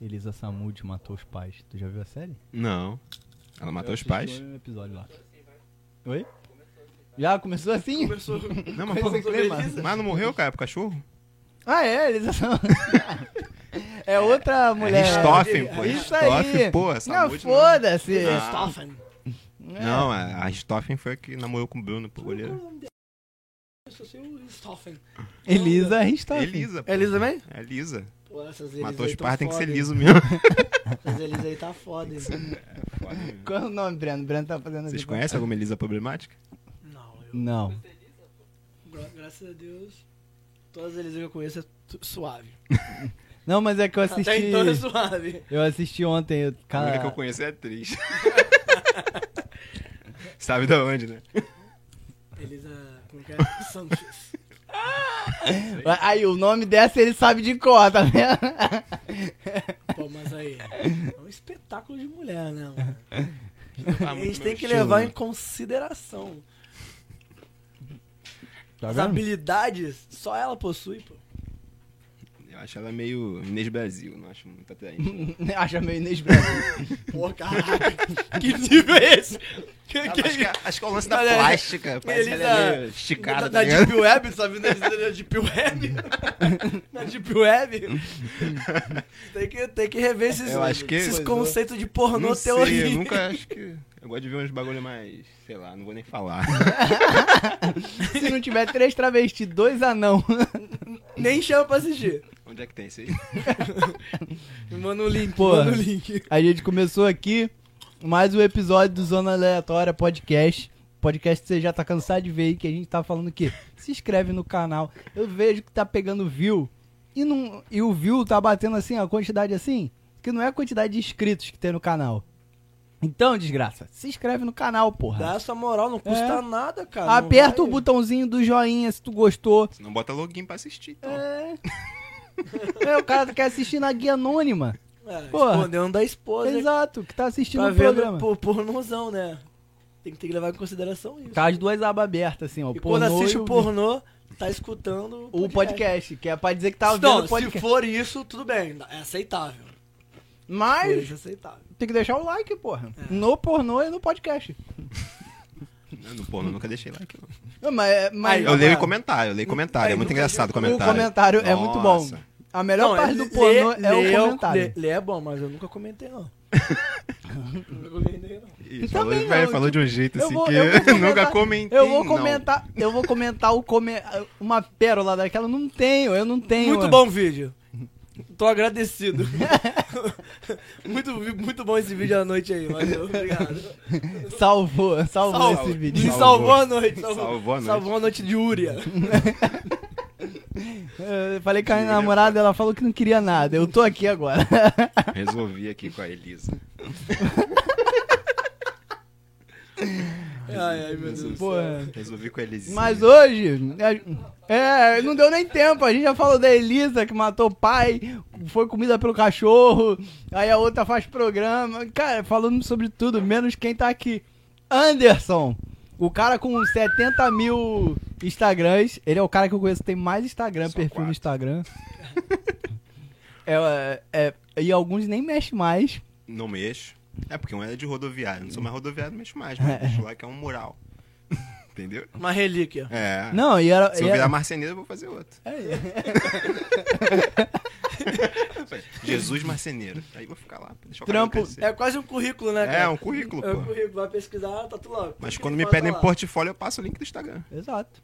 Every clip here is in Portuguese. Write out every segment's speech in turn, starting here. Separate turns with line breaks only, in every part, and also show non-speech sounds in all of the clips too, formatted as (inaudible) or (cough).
Elisa Samud matou os pais. Tu já viu a série?
Não. Ela matou
Eu
os
assisti
pais?
Um episódio lá. Oi? Já começou assim?
Começou.
Não, mas,
Coisa
pô,
que lembra.
mas não morreu, cara, pro cachorro?
(laughs) Ah, é, Elisa Samud. (laughs) é outra mulher.
Richthofen, pô.
Isso
Richthofen,
aí.
pô. Essa
Não,
né?
multi-
foda-se.
Ah.
Stoffen.
É.
Não, a a Richthofen foi a que namorou com o Bruno, pô, goleiro.
Eu só sei o Stoffen.
Elisa Ristoff.
Elisa, pô.
É Elisa também?
É Elisa.
Pô, essas Elisas
Matou
aí
os
tão
pais, tem que
foda,
ser
né? hein?
liso
(laughs)
mesmo.
Essas Elisas aí tá foda, hein?
Foda mesmo.
Qual é o nome, Breno? Breno tá fazendo
Vocês
assim.
conhecem alguma Elisa problemática?
Não, eu...
Não.
gra- graças a Deus, todas as Elisas que eu conheço é tu- suave.
Não, mas é que eu
Até então é
assisti.
suave.
Eu assisti ontem. eu-
A
Cara,
única que eu conheço é atriz. (laughs) Sabe da onde, né?
Elisa, como que é? Sanchez.
Aí, o nome dessa ele sabe de cor, tá vendo?
Pô, mas aí, é um espetáculo de mulher, né, mano?
Tá
A
muito
gente
meu
tem que
estilo,
levar
né?
em consideração.
Tá
Tá
As
vendo?
habilidades, só ela possui, pô.
Eu acho ela meio Inês Brasil, não acho muito
(laughs)
atraente.
(laughs) Acha meio Inês Brasil.
Pô, caraca, que nível é esse? Que, que,
acho, que, acho que é o lance da
Olha,
plástica. Parece que ela é
Elisa-
meio
da,
esticada,
da
tá ligado?
Deep Web, sabe? Na na Deep Web? na Deep Web?
(laughs)
tem, que, tem que rever esses,
Eu acho que-
esses
Pois é.
conceitos de pornô
Não sei,
teoria.
eu nunca acho que... Eu gosto de ver uns bagulho mais... Sei lá, não vou
(laughs)
nem falar.
Se não tiver três travestis, dois anão.
Nem chama pra assistir.
onde é que tem isso aí?
Me manda um link,
Pô.
me manda um link.
A gente começou aqui mais um episódio do Zona Aleatória Podcast. Podcast que você já tá cansado de ver aí, que a gente tá falando que se inscreve no canal. Eu vejo que tá pegando view e, não, e o view tá batendo assim, a quantidade assim, que não é a quantidade de inscritos que tem no canal. Então, desgraça, se inscreve no canal,
Dá
porra.
essa moral, não custa
É.
nada, cara.
Aperta o
Não vai-
botãozinho do joinha se tu gostou.
Não bota login pra assistir, então.
É, o cara quer assistir na guia anônima.
É,
Porra.
Escondendo da esposa. né?
Exato, que tá assistindo
Tá
o
vendo
programa.
por, pornozão, né? Tem que, ter que levar em consideração isso.
Tá as duas abas abertas, assim, ó.
e
pornô
quando assiste
e
o pornô, tá escutando
O podcast, que é pra dizer que tá ouvindo
Não,
o podcast.
se for isso, tudo bem. É aceitável. Por
Mas
isso, é aceitável.
tem que deixar o like, porra.
É.
No pornô e no podcast.
Não, no porno, eu nunca deixei like, não.
Não, mas, é, mas-
Aí,
Eu leio
Agora-
comentário, eu leio comentário.
Aí,
É muito
nunca
engraçado o
o
comentário.
comentário é muito bom.
Nossa.
A melhor parte do pornô é o comentário.
Lê, é bom, mas eu nunca
(laughs)
comentei, não. nunca comentei, não.
Ih,
E
falou,
também
velho,
não, tipo,
falou de um jeito
eu
assim
vou-
que
eu vou
eu
comentar-
(laughs) nunca comentei.
Eu vou
não.
comentar, eu vou comentar o come, uma pérola daquela, eu não tenho, eu não tenho.
Muito
mano.
bom vídeo. Tô agradecido. (laughs) muito, vi- muito bom esse vídeo à noite aí, valeu. Obrigado.
Salvou, salvou
Salvo.
esse vídeo.
Me
Salvou.
salvou a noite. Salvou,
Salvou a noite.
salvou a noite
(laughs)
de Uria.
Eu falei com a minha namorada, ela falou que não queria nada. Eu tô aqui agora.
Resolvi aqui com a Elisa.
Ai, ai, meu
é.
Deus.
Pô,
Resolvi com a Elisa.
é Mas hoje. É, é, não deu nem tempo. A gente já falou da Elisa que matou o pai, foi comida pelo cachorro, aí a outra faz programa. Cara, falando sobre tudo, menos quem tá aqui. Anderson, o cara com 70 mil Instagrams. Ele é o cara que eu conheço que tem mais Instagram,
Só
perfil no
quatro. (laughs)
Instagram. É, é, e alguns nem mexe mais.
Não mexo. É porque um é de rodoviário. Não sou mais rodoviário, não mexo
(laughs)
mais. Mas deixo lá que é um mural. (laughs) Entendeu?
Uma relíquia.
É.
Não, e era. e
Se eu
era- (laughs) é,
virar marceneiro, eu vou fazer outro. Jesus marceneiro. Aí eu vou ficar lá. Deixa eu
Trampo-
É quase um currículo, né, cara?
É, um currículo,
É um
pô.
currículo. Vai pesquisar, tá tudo lá.
Mas
Clica
quando
e
me
bota
pedem
lá.
portfólio, eu passo o link do Instagram.
Exato.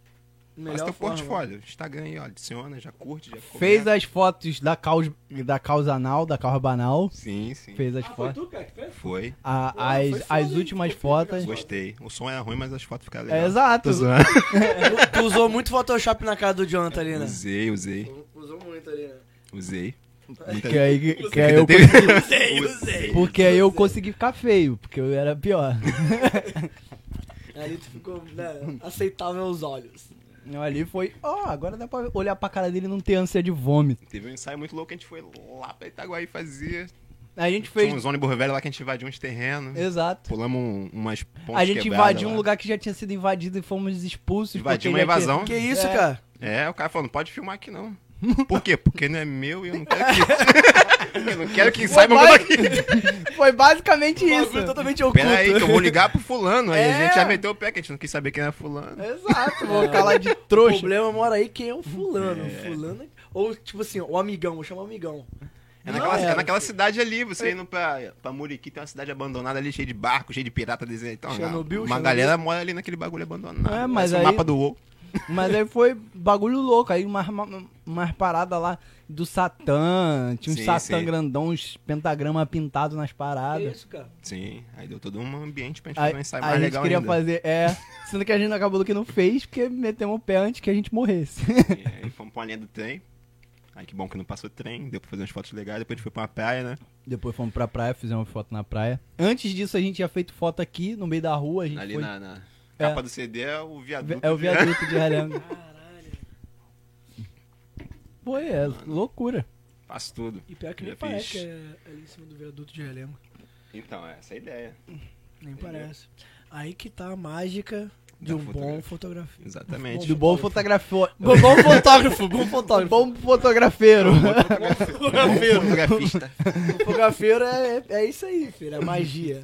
Passa
Melhor
teu
forma.
portfólio. Instagram aí, ó. Adiciona, já curte, já comenta.
Fez as fotos da causa, da causa anal, da causa banal.
Sim, sim.
Fez as
Ah, foi
fotos.
tu, cara, que fez?
Foi.
A-
Ah,
as,
foi foda,
as
hein?
últimas
Foi
fotos.
legal.
Gostei. O som era ruim, mas as fotos ficaram
É,
legais.
exato.
Tô zoando.
É, Tu- Tu usou muito Photoshop na casa do Jonathan ali, né?
Usei, usei.
Usou muito ali, né?
Usei. Muita-
Que aí, que
Muita-
aí eu,
(laughs)
Usei, usei.
porque aí eu consegui ficar feio, porque eu era pior.
(laughs) Ali tu ficou né, aceitável aos olhos.
Eu Então, ali foi, ó, agora dá pra olhar pra cara dele e não ter ânsia de vômito.
Teve um ensaio muito louco, a gente foi lá pra Itaguaí fazer.
A gente
Fez...
fez.
Tinha uns ônibus velhos lá que a gente invadiu uns terrenos.
Exato.
Pulamos um- umas pontes
A gente
quebradas
invadiu um
lá.
lugar que já tinha sido invadido e fomos expulsos.
Invadiu uma
porque já tinha-
invasão.
Que isso,
É.
cara?
(laughs) É, o cara falou, não pode filmar aqui não. Por quê? Porque não é meu e eu não quero que... (laughs) Eu não quero que saiba meu daqui.
(laughs) (laughs) Foi basicamente
Um
isso.
bagulho totalmente oculto.
Pera aí, que eu vou ligar pro fulano. Aí a
É.
gente já meteu o pé, que a gente não quis saber quem era fulano.
Exato, vou
Não.
ficar lá de
O
trouxa.
problema mora aí quem é o fulano. Fulano. Ou, tipo assim, o amigão, vou chamar o amigão.
É naquela,
Não,
é
é.
naquela cidade ali, você indo pra, pra Muriqui, tem uma cidade abandonada ali, cheia de barco, cheia de pirata desenho. Então,
Chernobyl,
uma
Chernobyl.
galera mora ali naquele bagulho abandonado.
É, mas
Parece
aí-
O mapa do WoW.
Mas aí foi bagulho louco. Aí umas, ma- umas paradas lá do Satã. Tinha uns
Sim,
Satã
sim.
grandão, uns pentagrama pintado nas
É
paradas.
isso, cara.
Sim, aí deu todo um ambiente pra gente
Aí,
fazer um ensaio
aí
mais
a gente
legal
queria
ainda.
fazer. É. Sendo que a gente acabou que não fez, porque metemos o pé antes que a gente
(laughs)
morresse.
E aí fomos pra uma linha do trem. Aí que bom que não passou trem, deu pra fazer umas fotos legais, depois a gente foi pra uma praia, né?
Depois fomos pra praia, fizemos foto na praia. Antes disso, a gente tinha feito foto aqui, no meio da rua. A gente
Ali
foi...
na, na
É.
capa do CD é o viaduto.
É o viaduto
(laughs)
de Harlem.
Caralho.
Pô, é loucura.
Faço tudo.
E pior que
Já
nem parece que
fiz.
é ali em cima do viaduto de relembro.
Então, é essa a ideia.
Nem
Entendeu?
parece. Aí que tá a mágica de
Da
um bom
fotografia.
fotografia.
Exatamente. (laughs)
Do bom fotografou.
Bom, bom fotógrafo, bom fotógrafo.
Bom fotografeiro.
Bom fotografista.
fotografeiro é, é, é isso aí, filho. É magia.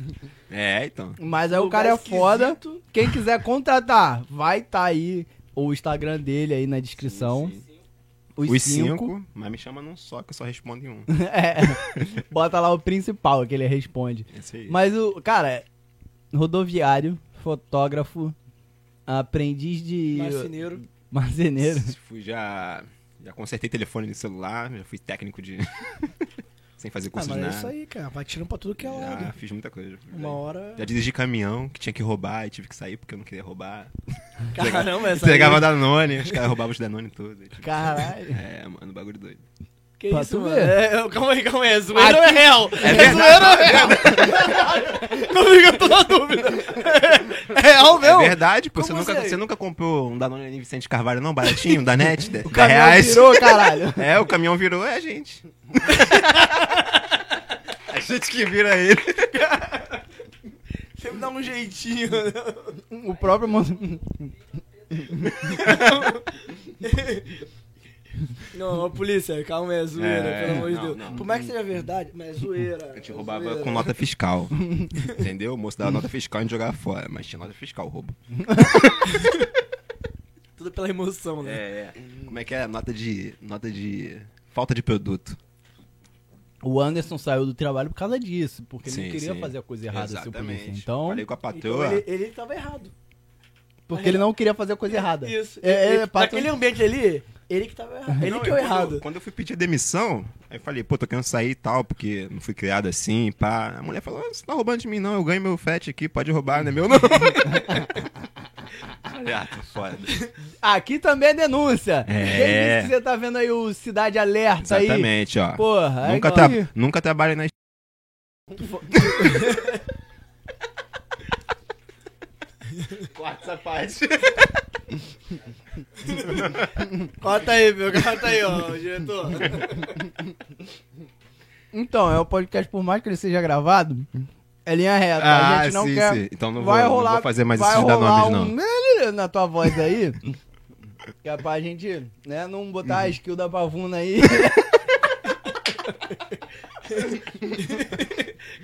É, então.
Mas aí o
Lugar
cara é foda.
esquisito.
Quem quiser contratar, vai tá aí o Instagram dele aí na descrição.
Sim, sim.
Os, cinco.
mas me chama num só, que eu só respondo em um.
(laughs) É. Bota lá o principal que ele responde.
Esse aí.
Mas o, cara, rodoviário, fotógrafo, aprendiz de
Marceneiro.
marceneiro.
Fui já. Já consertei telefone de celular, já fui técnico de. (laughs) Sem fazer
Ah,
curso
mas
de
é
nada.
isso aí, cara. Vai tirando pra tudo que é
já
lado.
fiz muita coisa.
Uma hora.
Já dirigi caminhão que tinha que roubar e tive que sair porque eu não queria roubar.
(laughs) Caramba, essa aí- é-
Entregava Danone, os caras roubavam os Danone todos.
Caralho.
É, mano, bagulho doido.
Que
Pra
isso,
tu
mano?
ver.
É, calma aí, calma aí. É zoeira ou é real? É,
verdade.
zoeira ou é real? Não fica toda dúvida. É real mesmo?
É verdade, pô. Você
Como
nunca,
você-
você nunca comprou um Danone ali em Vicente Carvalho, não? Baratinho, da NET, 10
O caminhão
reais.
virou, caralho.
É, o caminhão virou, é a gente. É a gente que vira ele.
Sempre dá um jeitinho. né?
O próprio mon-
Não, ô, polícia, calma aí, é zoeira,
É,
pelo amor de
não,
Deus.
não.
Por mais que seja verdade, mas é zoeira.
A gente
é
roubava
zoeira.
com nota fiscal. (laughs) entendeu? O moço dava nota fiscal e a gente jogava fora. Mas tinha nota fiscal, roubo.
Tudo pela emoção, né?
É, é. Como é que é? Nota de. Nota de. Falta de produto.
O Anderson saiu do trabalho por causa disso, porque ele não
Sim,
queria
sim.
fazer a coisa errada, seu polícia.
Exatamente.
Então,
Falei com a
Então
patroa.
ele, ele tava errado.
porque ele não queria fazer a coisa errada.
Isso.
É, é,
ele,
patrão-
Naquele ambiente ali, ele que tava errado. Ele
Não,
que é
eu-
o
quando-
errado.
Quando eu fui pedir demissão, aí eu falei, pô, tô querendo sair e tal, porque não fui criado assim, pá. A mulher falou, ah, você tá roubando de mim não, eu ganho meu fete aqui, pode roubar, não é meu
(laughs)
não. falei, ah, tô foda.
Tá Aqui também é denúncia. Quem
É.
disse que você tá vendo aí o Cidade Alerta aí?
Exatamente, ó.
Porra, aí
nunca,
tá...
tra nunca trabalhei na... Corta essa parte.
Corta aí, meu. Corta aí, ó, diretor.
Então, é o podcast, por mais que ele seja gravado, é linha reta.
Ah,
a gente não
sim,
quer.
sim. Então não vou,
vai
não
rolar,
vou fazer mais
vai
isso de dar
rolar
nomes, não.
um "mele" na tua voz aí. (laughs) que é pra gente, né, não botar
Uhum.
a skill da pavuna aí.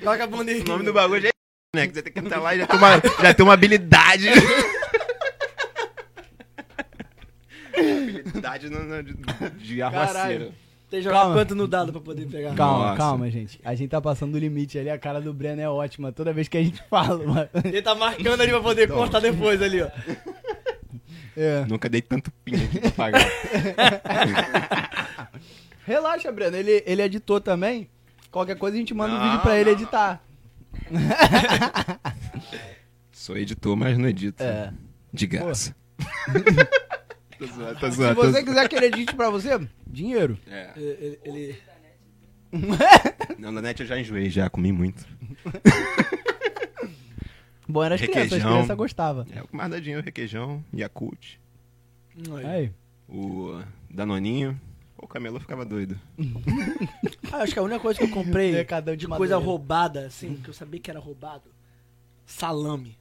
Coloca a bunda aí.
O nome do bagulho é... Né, que você tem que entrar lá e já tem (laughs) uma, já tem uma (laughs) habilidade. habilidade no, no, de, de arruaceiro.
Tem que jogar
Calma.
quanto no dado pra poder pegar?
Calma,
Nossa.
calma, gente. A gente tá passando do limite ali. A cara do Breno é ótima toda vez que a gente (laughs) fala. mano.
Ele tá marcando ali pra poder cortar depois ali, ó.
É.
(laughs) Nunca dei tanto pinho aqui pra pagar.
Relaxa, Breno. Ele, ele editou também. Qualquer coisa a gente manda um
Não,
vídeo pra ele
não,
editar.
Sou editor, mas não edito.
É.
De graça. tô zoando, tô
Se
zoando. tô
você
zoando.
quiser que ele edite pra você, dinheiro.
É.
Ele, ele-
Não, na net eu já enjoei, já comi muito.
Bom, era as crianças, as
Requeijão.
crianças gostavam.
É, o que mais dá dinheiro, requeijão, Yakult,
ele-
Aí.
o Danoninho. O camelô ficava doido.
Ah, acho que a única coisa que eu
(laughs)
comprei
Mercadão É, um de
de Uhum. coisa
Madureira.
roubada, assim, que eu sabia que era roubado, salame.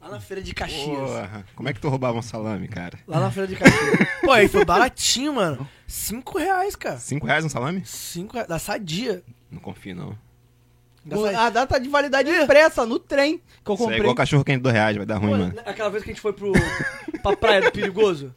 Lá na feira de Caxias.
Porra, como é que tu roubava um salame, cara?
Lá na feira de Caxias. (laughs) Pô, aí foi baratinho, mano. Cinco reais, cara.
Cinco reais um salame?
Cinco reais. Da sadia.
Não confio, não.
Da
Pô,
Sadia.
A data de validade impressa no trem que eu
Isso é
comprei.
igual cachorro quente de dois reais, vai dar ruim,
Pô, né?
mano.
na- Aquela vez que a gente foi pro, pra praia do Perigoso.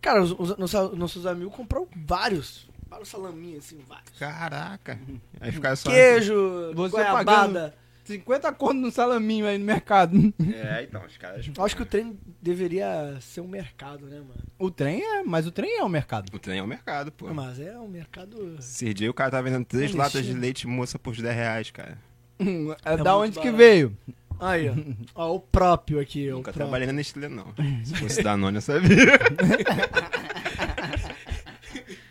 Cara, os, os- nossa- nossos amigos compraram vários. Vários salaminhos, assim, vários.
Caraca. Aí ficava só...
Queijo,
Você
goiabada.
50 conto no salaminho aí no mercado.
É, então, os caras...
Eu acho que o trem deveria ser um mercado, né, mano?
O trem é, mas o trem é o mercado.
O trem é o mercado, pô.
Mas é um mercado...
Esse dia o cara tava vendendo três
Olha,
latas de
chega.
leite moça por 10 reais, cara.
(laughs) É,
É
da
muito
onde que
barato.
veio?
(laughs) Aí, ó. ó o próprio aqui. o
Nunca
próprio.
trabalhei na Nestlé, não.
(laughs)
Se fosse Danone, eu sabia.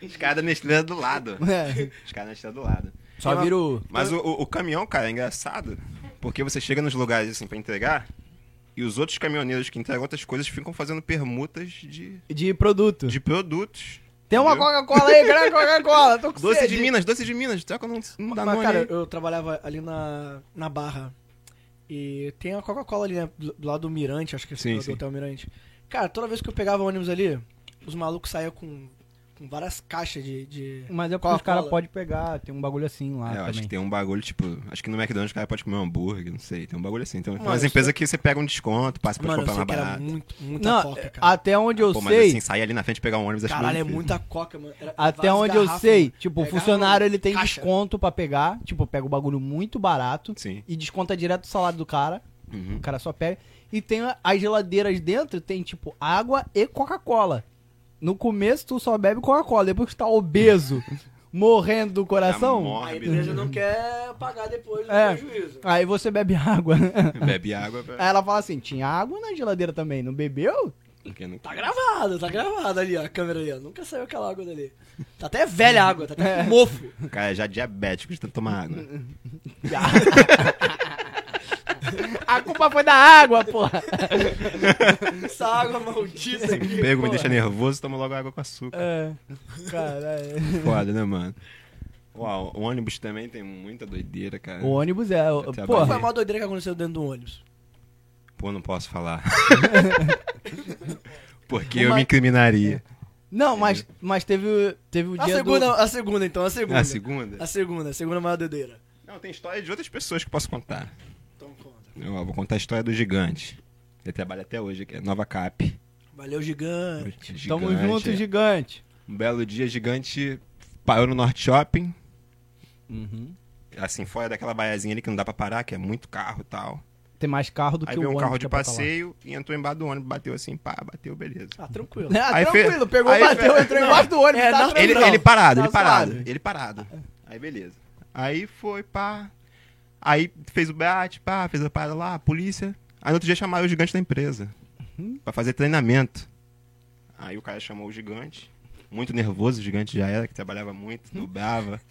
Os caras da Nestlé é do lado.
É,
Os caras da Nestlé é do lado.
só vira o.
Mas o, o- o caminhão, cara, é engraçado. Porque você chega nos lugares, assim, pra entregar... E os outros caminhoneiros que entregam outras coisas ficam fazendo permutas de,
De produto.
de produtos.
Tem uma
entendeu?
Coca-Cola aí, grande Coca-Cola. Tô com
Doce
sede.
de Minas, doce de Minas. Troca num, num
Mas,
Danone
cara,
aí.
eu trabalhava ali na, na Barra. E tem a Coca-Cola ali, né? Do do lado do Mirante, acho que é
Sim,
do,
sim.
do Hotel Mirante. Cara, toda vez que eu pegava ônibus ali, os malucos saíam com, com várias caixas de. de...
Mas é porque os
Coca-Cola.
caras podem pegar, tem um bagulho assim lá.
É, eu acho que
também.
tem um bagulho, tipo, acho que no McDonald's o cara pode comer um hambúrguer, não sei, tem um bagulho assim. Então, tem
Mano,
umas
eu
empresas que você pega um desconto, passa pra
Mano, eu
comprar
sei
mais
que era
barato.
muito, muita
Não, é,
coca, cara.
até onde eu
Pô, mas
sei.
assim, sair ali na frente e pegar um ônibus, acho que
Caralho, é
difícil.
muita coca, mano. Era
Até
várias
onde eu
garrafas,
sei,
mano.
tipo, o
Pegava
funcionário ele tem
né? caixa.
desconto pra pegar, tipo, pega o bagulho muito barato
Sim.
e desconta direto do salário do cara.
Uhum.
O cara só pega e tem a- as geladeiras dentro, tem tipo água e Coca-Cola. No começo tu só bebe Coca-Cola, depois que tu tá obeso, morrendo do coração,
A
mórbido.
empresa não quer pagar depois do
É.
prejuízo.
aí você bebe água.
(laughs)
(laughs)
Bebe água,
(laughs)
velho.
aí ela fala assim: "Tinha água na geladeira também, não bebeu?"
Porque não-
Tá gravado, tá gravado ali, ó, a câmera ali, ó. Nunca saiu aquela água dali. Tá até velha a água, tá até com mofo.
O cara é já diabético de tanto tomar
(laughs)
água.
A culpa foi da (laughs) água, porra.
Essa água maldita aqui.
Pego, me
pô.
deixa nervoso, toma logo água com açúcar.
É. Caralho.
É.
Foda, né, mano? Uau, o ônibus também tem muita doideira, cara.
O ônibus é. o-
Até a
Porra,
Foi a maior doideira que aconteceu dentro do ônibus.
Pô, não posso
(laughs)
falar. Porque eu
Uma-
me incriminaria.
Não, mas, mas teve, teve o
A
dia
segunda,
do...
a segunda, então, a segunda.
A Ah, segunda?
A segunda, a segunda maior doideira.
Não, tem história de outras pessoas que eu posso contar.
Então conta.
Eu vou contar a história do gigante. Ele trabalha até hoje aqui, é Nova Cap.
Valeu, gigante.
Tamo
Gigante,
junto,
é.
gigante.
Um belo dia, gigante parou no Norte Shopping. Assim, fora daquela baiazinha ali que não dá pra parar, que é muito carro e tal.
Tem mais carro do
Aí
que o
veio um
ônibus
carro
que
de
é pra tá lá. (laughs)
passeio e entrou embaixo do ônibus, bateu assim, pá, bateu, beleza.
Ah, tranquilo.
Ah,
Aí fe-
tranquilo, pegou,
aí
bateu,
fe-
entrou embaixo do ônibus,
É,
tá
não,
tranquilo.
Ele, ele parado,
Tá É.
ele parado,
suave.
ele parado. Aí beleza. Aí foi, pá. Aí fez o bate, pá, fez a parada lá, a polícia. Aí no outro dia chamaram o gigante da empresa.
Uhum.
Pra fazer treinamento. Aí o cara chamou o gigante. Muito nervoso, o gigante já era, que trabalhava muito,
Uhum.
dobrava.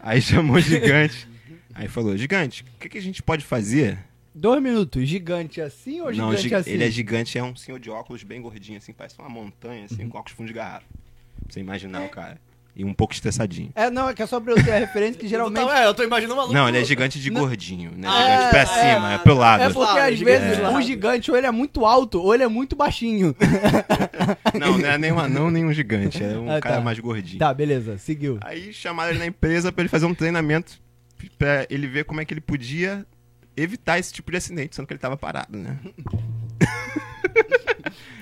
Aí (laughs) chamou o gigante. Aí falou, gigante, o que, que a gente pode fazer?
Dois minutos, gigante assim ou
Não,
gigante
gi-
assim?
ele é gigante, é um senhor de óculos bem gordinho, assim, parece uma montanha, assim,
Uhum.
com óculos fundo de garrafa. Pra você imaginar o cara. E um pouco estressadinho.
É, não, é que é só pra eu ter a referência que geralmente...
Eu tava- é, eu tô imaginando um maluco.
Não, ele é gigante de gordinho, né?
Ah,
gigante
é,
pra
é.
cima, é pro lado.
É porque às
gigante.
vezes
É.
um gigante ou ele é muito alto ou ele é muito baixinho.
Não, não é nenhum anão, nenhum gigante. É um
Ah, tá.
cara mais gordinho.
tá, beleza, seguiu.
Aí chamaram ele na empresa pra ele fazer um treinamento pra ele ver como é que ele podia evitar esse tipo de acidente, sendo que ele tava parado, né?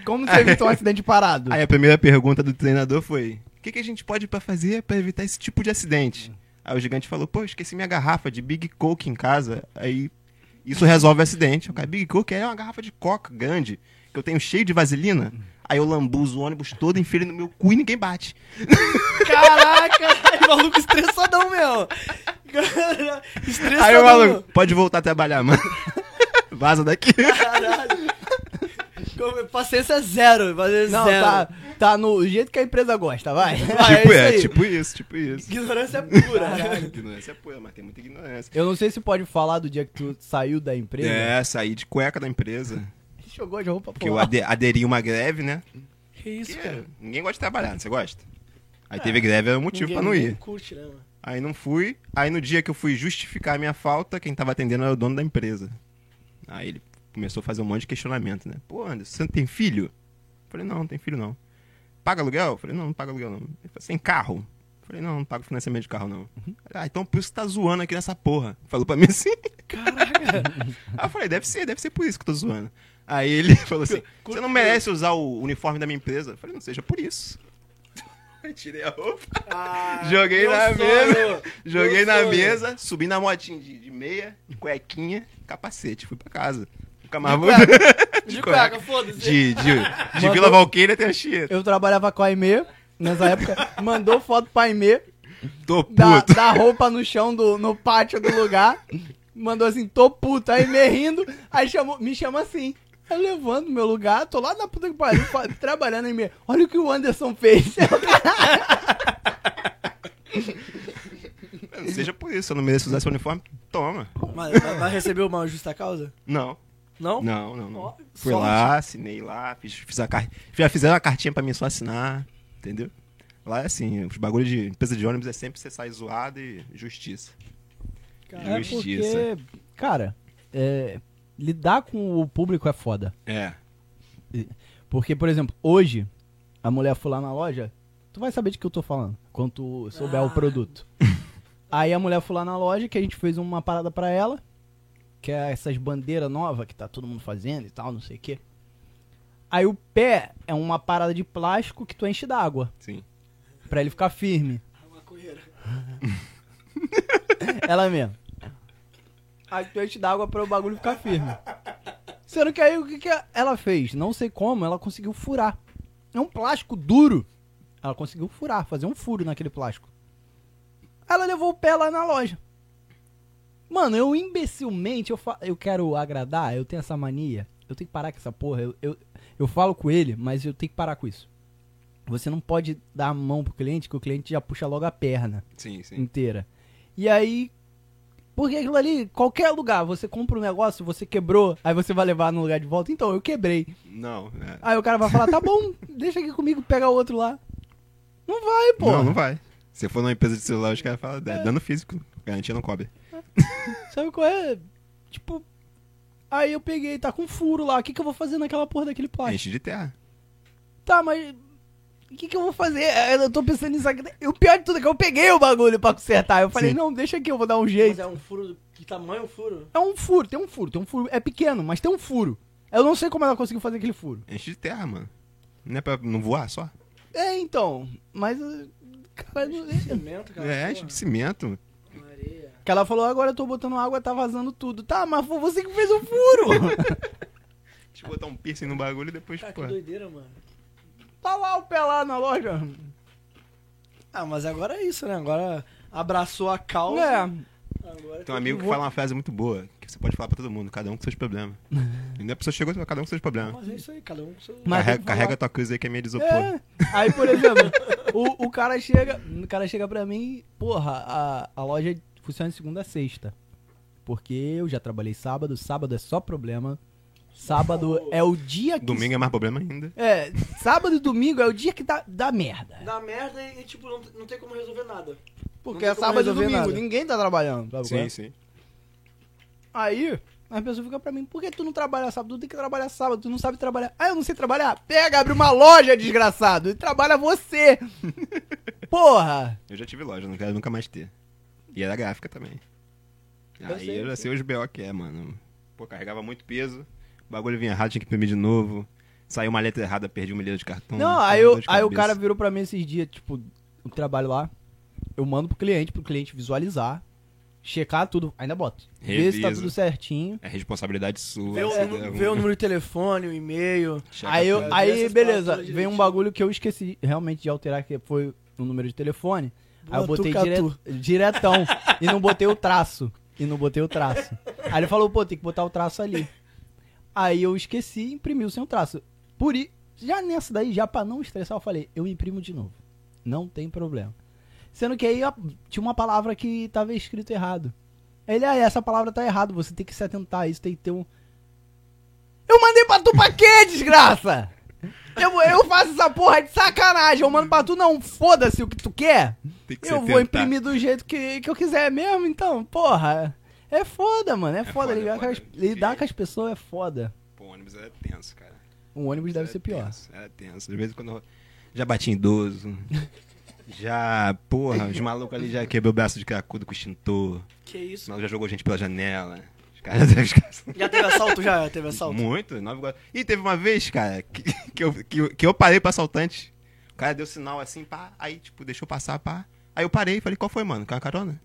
Como você (laughs) evitou um acidente parado?
Aí a primeira pergunta do treinador foi: O que, que a gente pode pra fazer pra evitar esse tipo de acidente? Aí o gigante falou: Pô, esqueci minha garrafa de Big Coke em casa. Aí isso resolve o acidente. O cara, Big Coke é uma garrafa de coca grande que eu tenho cheio de vaselina. Aí eu lambuzo o ônibus todo, enfio ele no meu cu e ninguém bate.
(laughs) Caraca, o maluco estressadão mesmo. Cara, estressadão.
Aí o maluco, pode voltar a trabalhar, mano. (laughs) Vaza daqui.
Caralho. Como- Paciência zero, paciência
Não,
zero.
tá, tá no jeito que a empresa gosta, vai. (laughs)
Ah, é
tipo,
isso
é,
aí.
tipo isso, tipo isso.
Ignorância
(laughs)
pura.
Ignorância é pura, mas tem muita ignorância.
Eu não sei se pode falar do dia que tu saiu da empresa.
né?
É, saí de cueca da empresa.
Jogou de roupa
Porque
pro
eu
lado.
ade aderi uma greve, né?
que é. isso,
Porque
cara?
ninguém gosta de trabalhar, você gosta? Aí teve greve, era o motivo pra não ir.
curte, né, mano?
Aí não fui. Aí no dia que eu fui justificar a minha falta, quem tava atendendo era o dono da empresa. Aí ele, começou a fazer um monte de questionamento, né? Pô, Anderson, você não tem filho? Eu falei, não, não tem filho não. Paga aluguel? Eu falei, não, não paga aluguel não. Ele falou, sem carro? Eu falei, não, não pago financiamento de carro não.
Uhum.
Ele, Ah, então por isso que tá zoando aqui nessa porra. Falou pra mim assim.
Caraca.
(laughs) Aí eu falei, deve ser, deve ser por isso que eu tô zoando. Aí ele (laughs) falou assim, você não merece usar o uniforme da minha empresa? Eu falei, não seja por isso. (laughs) Aí Tirei a roupa,
Ah,
Joguei
meu
na
sonho.
mesa,
Meu
joguei na
sonho.
mesa, subi na motinha de, de meia, de cuequinha, capacete, fui pra casa. Nunca mais
De
vou... (laughs)
De
cueca.
cueca, foda-se.
De, de, de
Mandou-
Vila Valqueira até Anchieta.
Eu trabalhava com a Aimee nessa
(laughs)
época. Mandou foto pra Aimee
Tô puto.
da, da roupa no chão, do, no pátio do lugar. Mandou assim, tô puto. Aí me rindo, aí chamou, me chama assim. Eu levando meu lugar, tô lá na puta que pariu, fa- trabalhando em mim. Olha o que o Anderson fez.
Não Seja por isso, eu não mereço usar esse uniforme. Toma.
Mas, mas, mas recebeu uma justa causa?
Não,
Não?
não, não. não.
Ó,
Fui
sorte.
lá, assinei lá, fiz, fiz a car... já fizeram uma cartinha pra mim só assinar, entendeu? Lá é assim, os bagulhos de empresa de ônibus é sempre você sai zoado e justiça.
É
Justiça.
porque, cara, é, lidar com o público é foda.
É.
Porque, por exemplo, hoje, a mulher for lá na loja, tu vai saber de que eu tô falando, quando tu souber
Ah.
o produto. Aí a mulher foi lá na loja, que a gente fez uma parada pra ela, que é essas bandeiras novas que tá todo mundo fazendo e tal, não sei o quê. Aí o pé é uma parada de plástico que tu enche d'água,
Sim.
pra ele ficar firme.
Maconheira.
Ela mesmo. Aí tu enche d'água pra o bagulho ficar firme. Sendo que aí o que, que ela fez? Não sei como, ela conseguiu furar. É um plástico duro. Ela conseguiu furar, fazer um furo naquele plástico. Ela levou o pé lá na loja. Mano, eu imbecilmente, eu, fa- eu quero agradar, eu tenho essa mania. Eu tenho que parar com essa porra. Eu, eu, eu falo com ele, mas eu tenho que parar com isso. Você não pode dar a mão pro cliente, que o cliente já puxa logo a perna
Sim, sim.
inteira. E aí. Porque aquilo ali, qualquer lugar, você compra um negócio, você quebrou, aí você vai levar no lugar de volta. Então, eu quebrei.
Não, é.
Aí o cara vai falar, tá bom, (laughs) deixa aqui comigo, pega outro lá. Não vai, pô.
Não, não vai. Se for numa empresa de celular, os caras falam, é dano físico, garantia não cobre.
Sabe qual é? Tipo. Aí eu peguei, tá com furo lá. O que, que eu vou fazer naquela porra daquele plástico?
Enche de terra.
Tá, mas. O que, que eu vou fazer? É, Eu tô pensando nisso aqui. E o pior de tudo é que eu peguei o bagulho pra consertar. Eu falei,
Sim.
não, deixa aqui, eu vou dar um
Mas
jeito.
é um furo. Que tamanho o furo?
É um furo, tem um furo, tem um furo. É pequeno, mas tem um furo. Eu não sei como ela conseguiu fazer aquele furo.
Enche de terra, mano. Não é pra não voar só?
É, então. Mas. eh, Cara, não-
Cimento, cara.
é, enche de cimento.
porra. Maria.
que ela falou, agora eu tô botando água, tá vazando tudo. Tá, mas foi você que fez o furo.
Deixa eu botar um piercing no bagulho e depois,
Cara,
pô.
que doideira, mano.
(laughs) tá lá o pé lá na loja.
Ah, mas agora é isso, né? Agora abraçou a causa.
É.
Agora
Tem um amigo que fala uma frase muito boa, que você pode falar pra todo mundo, cada um com
(laughs)
seus problemas. Ainda a pessoa chegou e falou, cada um com seus problemas.
Mas é isso aí, cada um com seu.
Mas tem
Carrega,
que
carrega
falar.
tua cruz aí que é minha desopor.
É. Aí, por exemplo, o, o cara chega. O cara chega pra mim, porra, a, a loja funciona de segunda a sexta. Porque eu já trabalhei sábado, sábado é só problema. Sábado é o dia que.
Domingo é mais problema ainda.
É, sábado e domingo é o dia que dá, dá merda.
Dá merda e, e, tipo, não, não tem como resolver nada.
Porque
Não tem
é
como
sábado e
resolver
domingo,
nada.
ninguém tá trabalhando. Sabe qual é?
Sim, sim.
Aí, a pessoa fica pra mim, por que tu não trabalha sábado? Tu tem que trabalhar sábado, tu não sabe trabalhar. Ah, eu não sei trabalhar. Pega, abre uma loja, desgraçado, e trabalha
(laughs)
você. Porra.
Eu já tive loja, não quero nunca mais ter. E era gráfica também.
Eu
aí
sei,
eu
eu
já sei os BO que é, mano. Pô, carregava muito peso, o bagulho vinha errado, tinha que imprimir de novo. Saiu uma letra errada, perdi um milhão de cartão.
não,
tava
aí,
com
eu,
dor de
aí o
cabeça.
cara virou pra mim esses dias, tipo, o trabalho lá. Eu mando pro cliente, pro cliente visualizar, checar tudo, ainda boto. Ver se tá
Revisa.
tudo certinho.
É responsabilidade sua.
Vê o,
você
número-
leva
vê o
um-
número de telefone, o e-mail.
Checa
Aí, eu-
tudo.
tudo. Vê
aí
essas
beleza,
paradas tudo
veio um
direitinho.
bagulho que eu esqueci realmente de alterar, que foi o número de telefone. Aí eu
Boa,
botei
Tucatu.
dire- diretão. e não botei o traço. E não botei o traço. Aí ele falou, pô, tem que botar o traço ali. Aí eu esqueci e imprimiu sem o traço. Por i- Já nessa daí, já pra não estressar, eu falei, eu imprimo de novo. Não tem problema. Sendo que aí ó, tinha uma palavra que tava escrito errado. Ele, ah, essa palavra tá errada, você tem que se atentar a isso, tem que ter um. Eu mandei pra tu pra quê, desgraça? Eu, eu faço essa porra de sacanagem, eu mando pra tu, não, foda-se o que tu quer.
Tem que
Eu
se
vou
tentar.
imprimir do jeito que, que eu quiser mesmo, então, porra. É foda, mano. É, foda.
foda,
Lidar,
é
com as,
foda.
lidar com as pessoas é foda.
Pô, o ônibus era tenso, cara.
Um ônibus deve
Era
ser pior.
tenso, Era tenso. De vez em quando eu já bati
(laughs)
em idoso. já, porra, os malucos ali já quebrou o braço de cracudo com extintor.
Que
Os
isso?
malucos já jogou gente pela janela. Os caras. (laughs) Os caras
Já teve assalto? Já teve assalto?
muito, nove go- E teve uma vez, cara, que, que, eu, que, que eu parei pro assaltante. O cara deu sinal assim, pá, aí, tipo, deixou passar, pá. Aí eu parei e falei, qual foi, mano? Quer uma carona?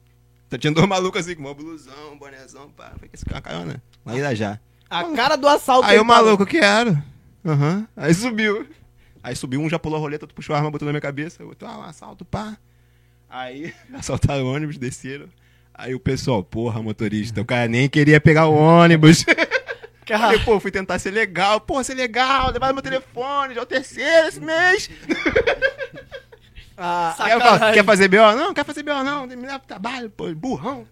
Então, tinha dois (laughs) malucos assim, com uma blusão, bonézão, pá. Falei, quer uma carona? Lá em Irajá.
A cara do assalto.
é
Aí o
fala,
maluco, quero. Aham. Aí subiu. Aí subiu, um já pulou a roleta, outro puxou a arma, botou na minha cabeça. Outro, ah, um assalto, pá. Aí (laughs) assaltaram o ônibus, desceram. Aí o pessoal, porra, motorista, o cara nem queria pegar o ônibus.
Cara,
Falei, pô, fui tentar ser legal. Porra, ser legal, levaram meu telefone, já é o terceiro esse mês.
ah,
Aí eu falo, quer fazer BO? Não, quer fazer BO não, me leva pro trabalho, pô, burrão.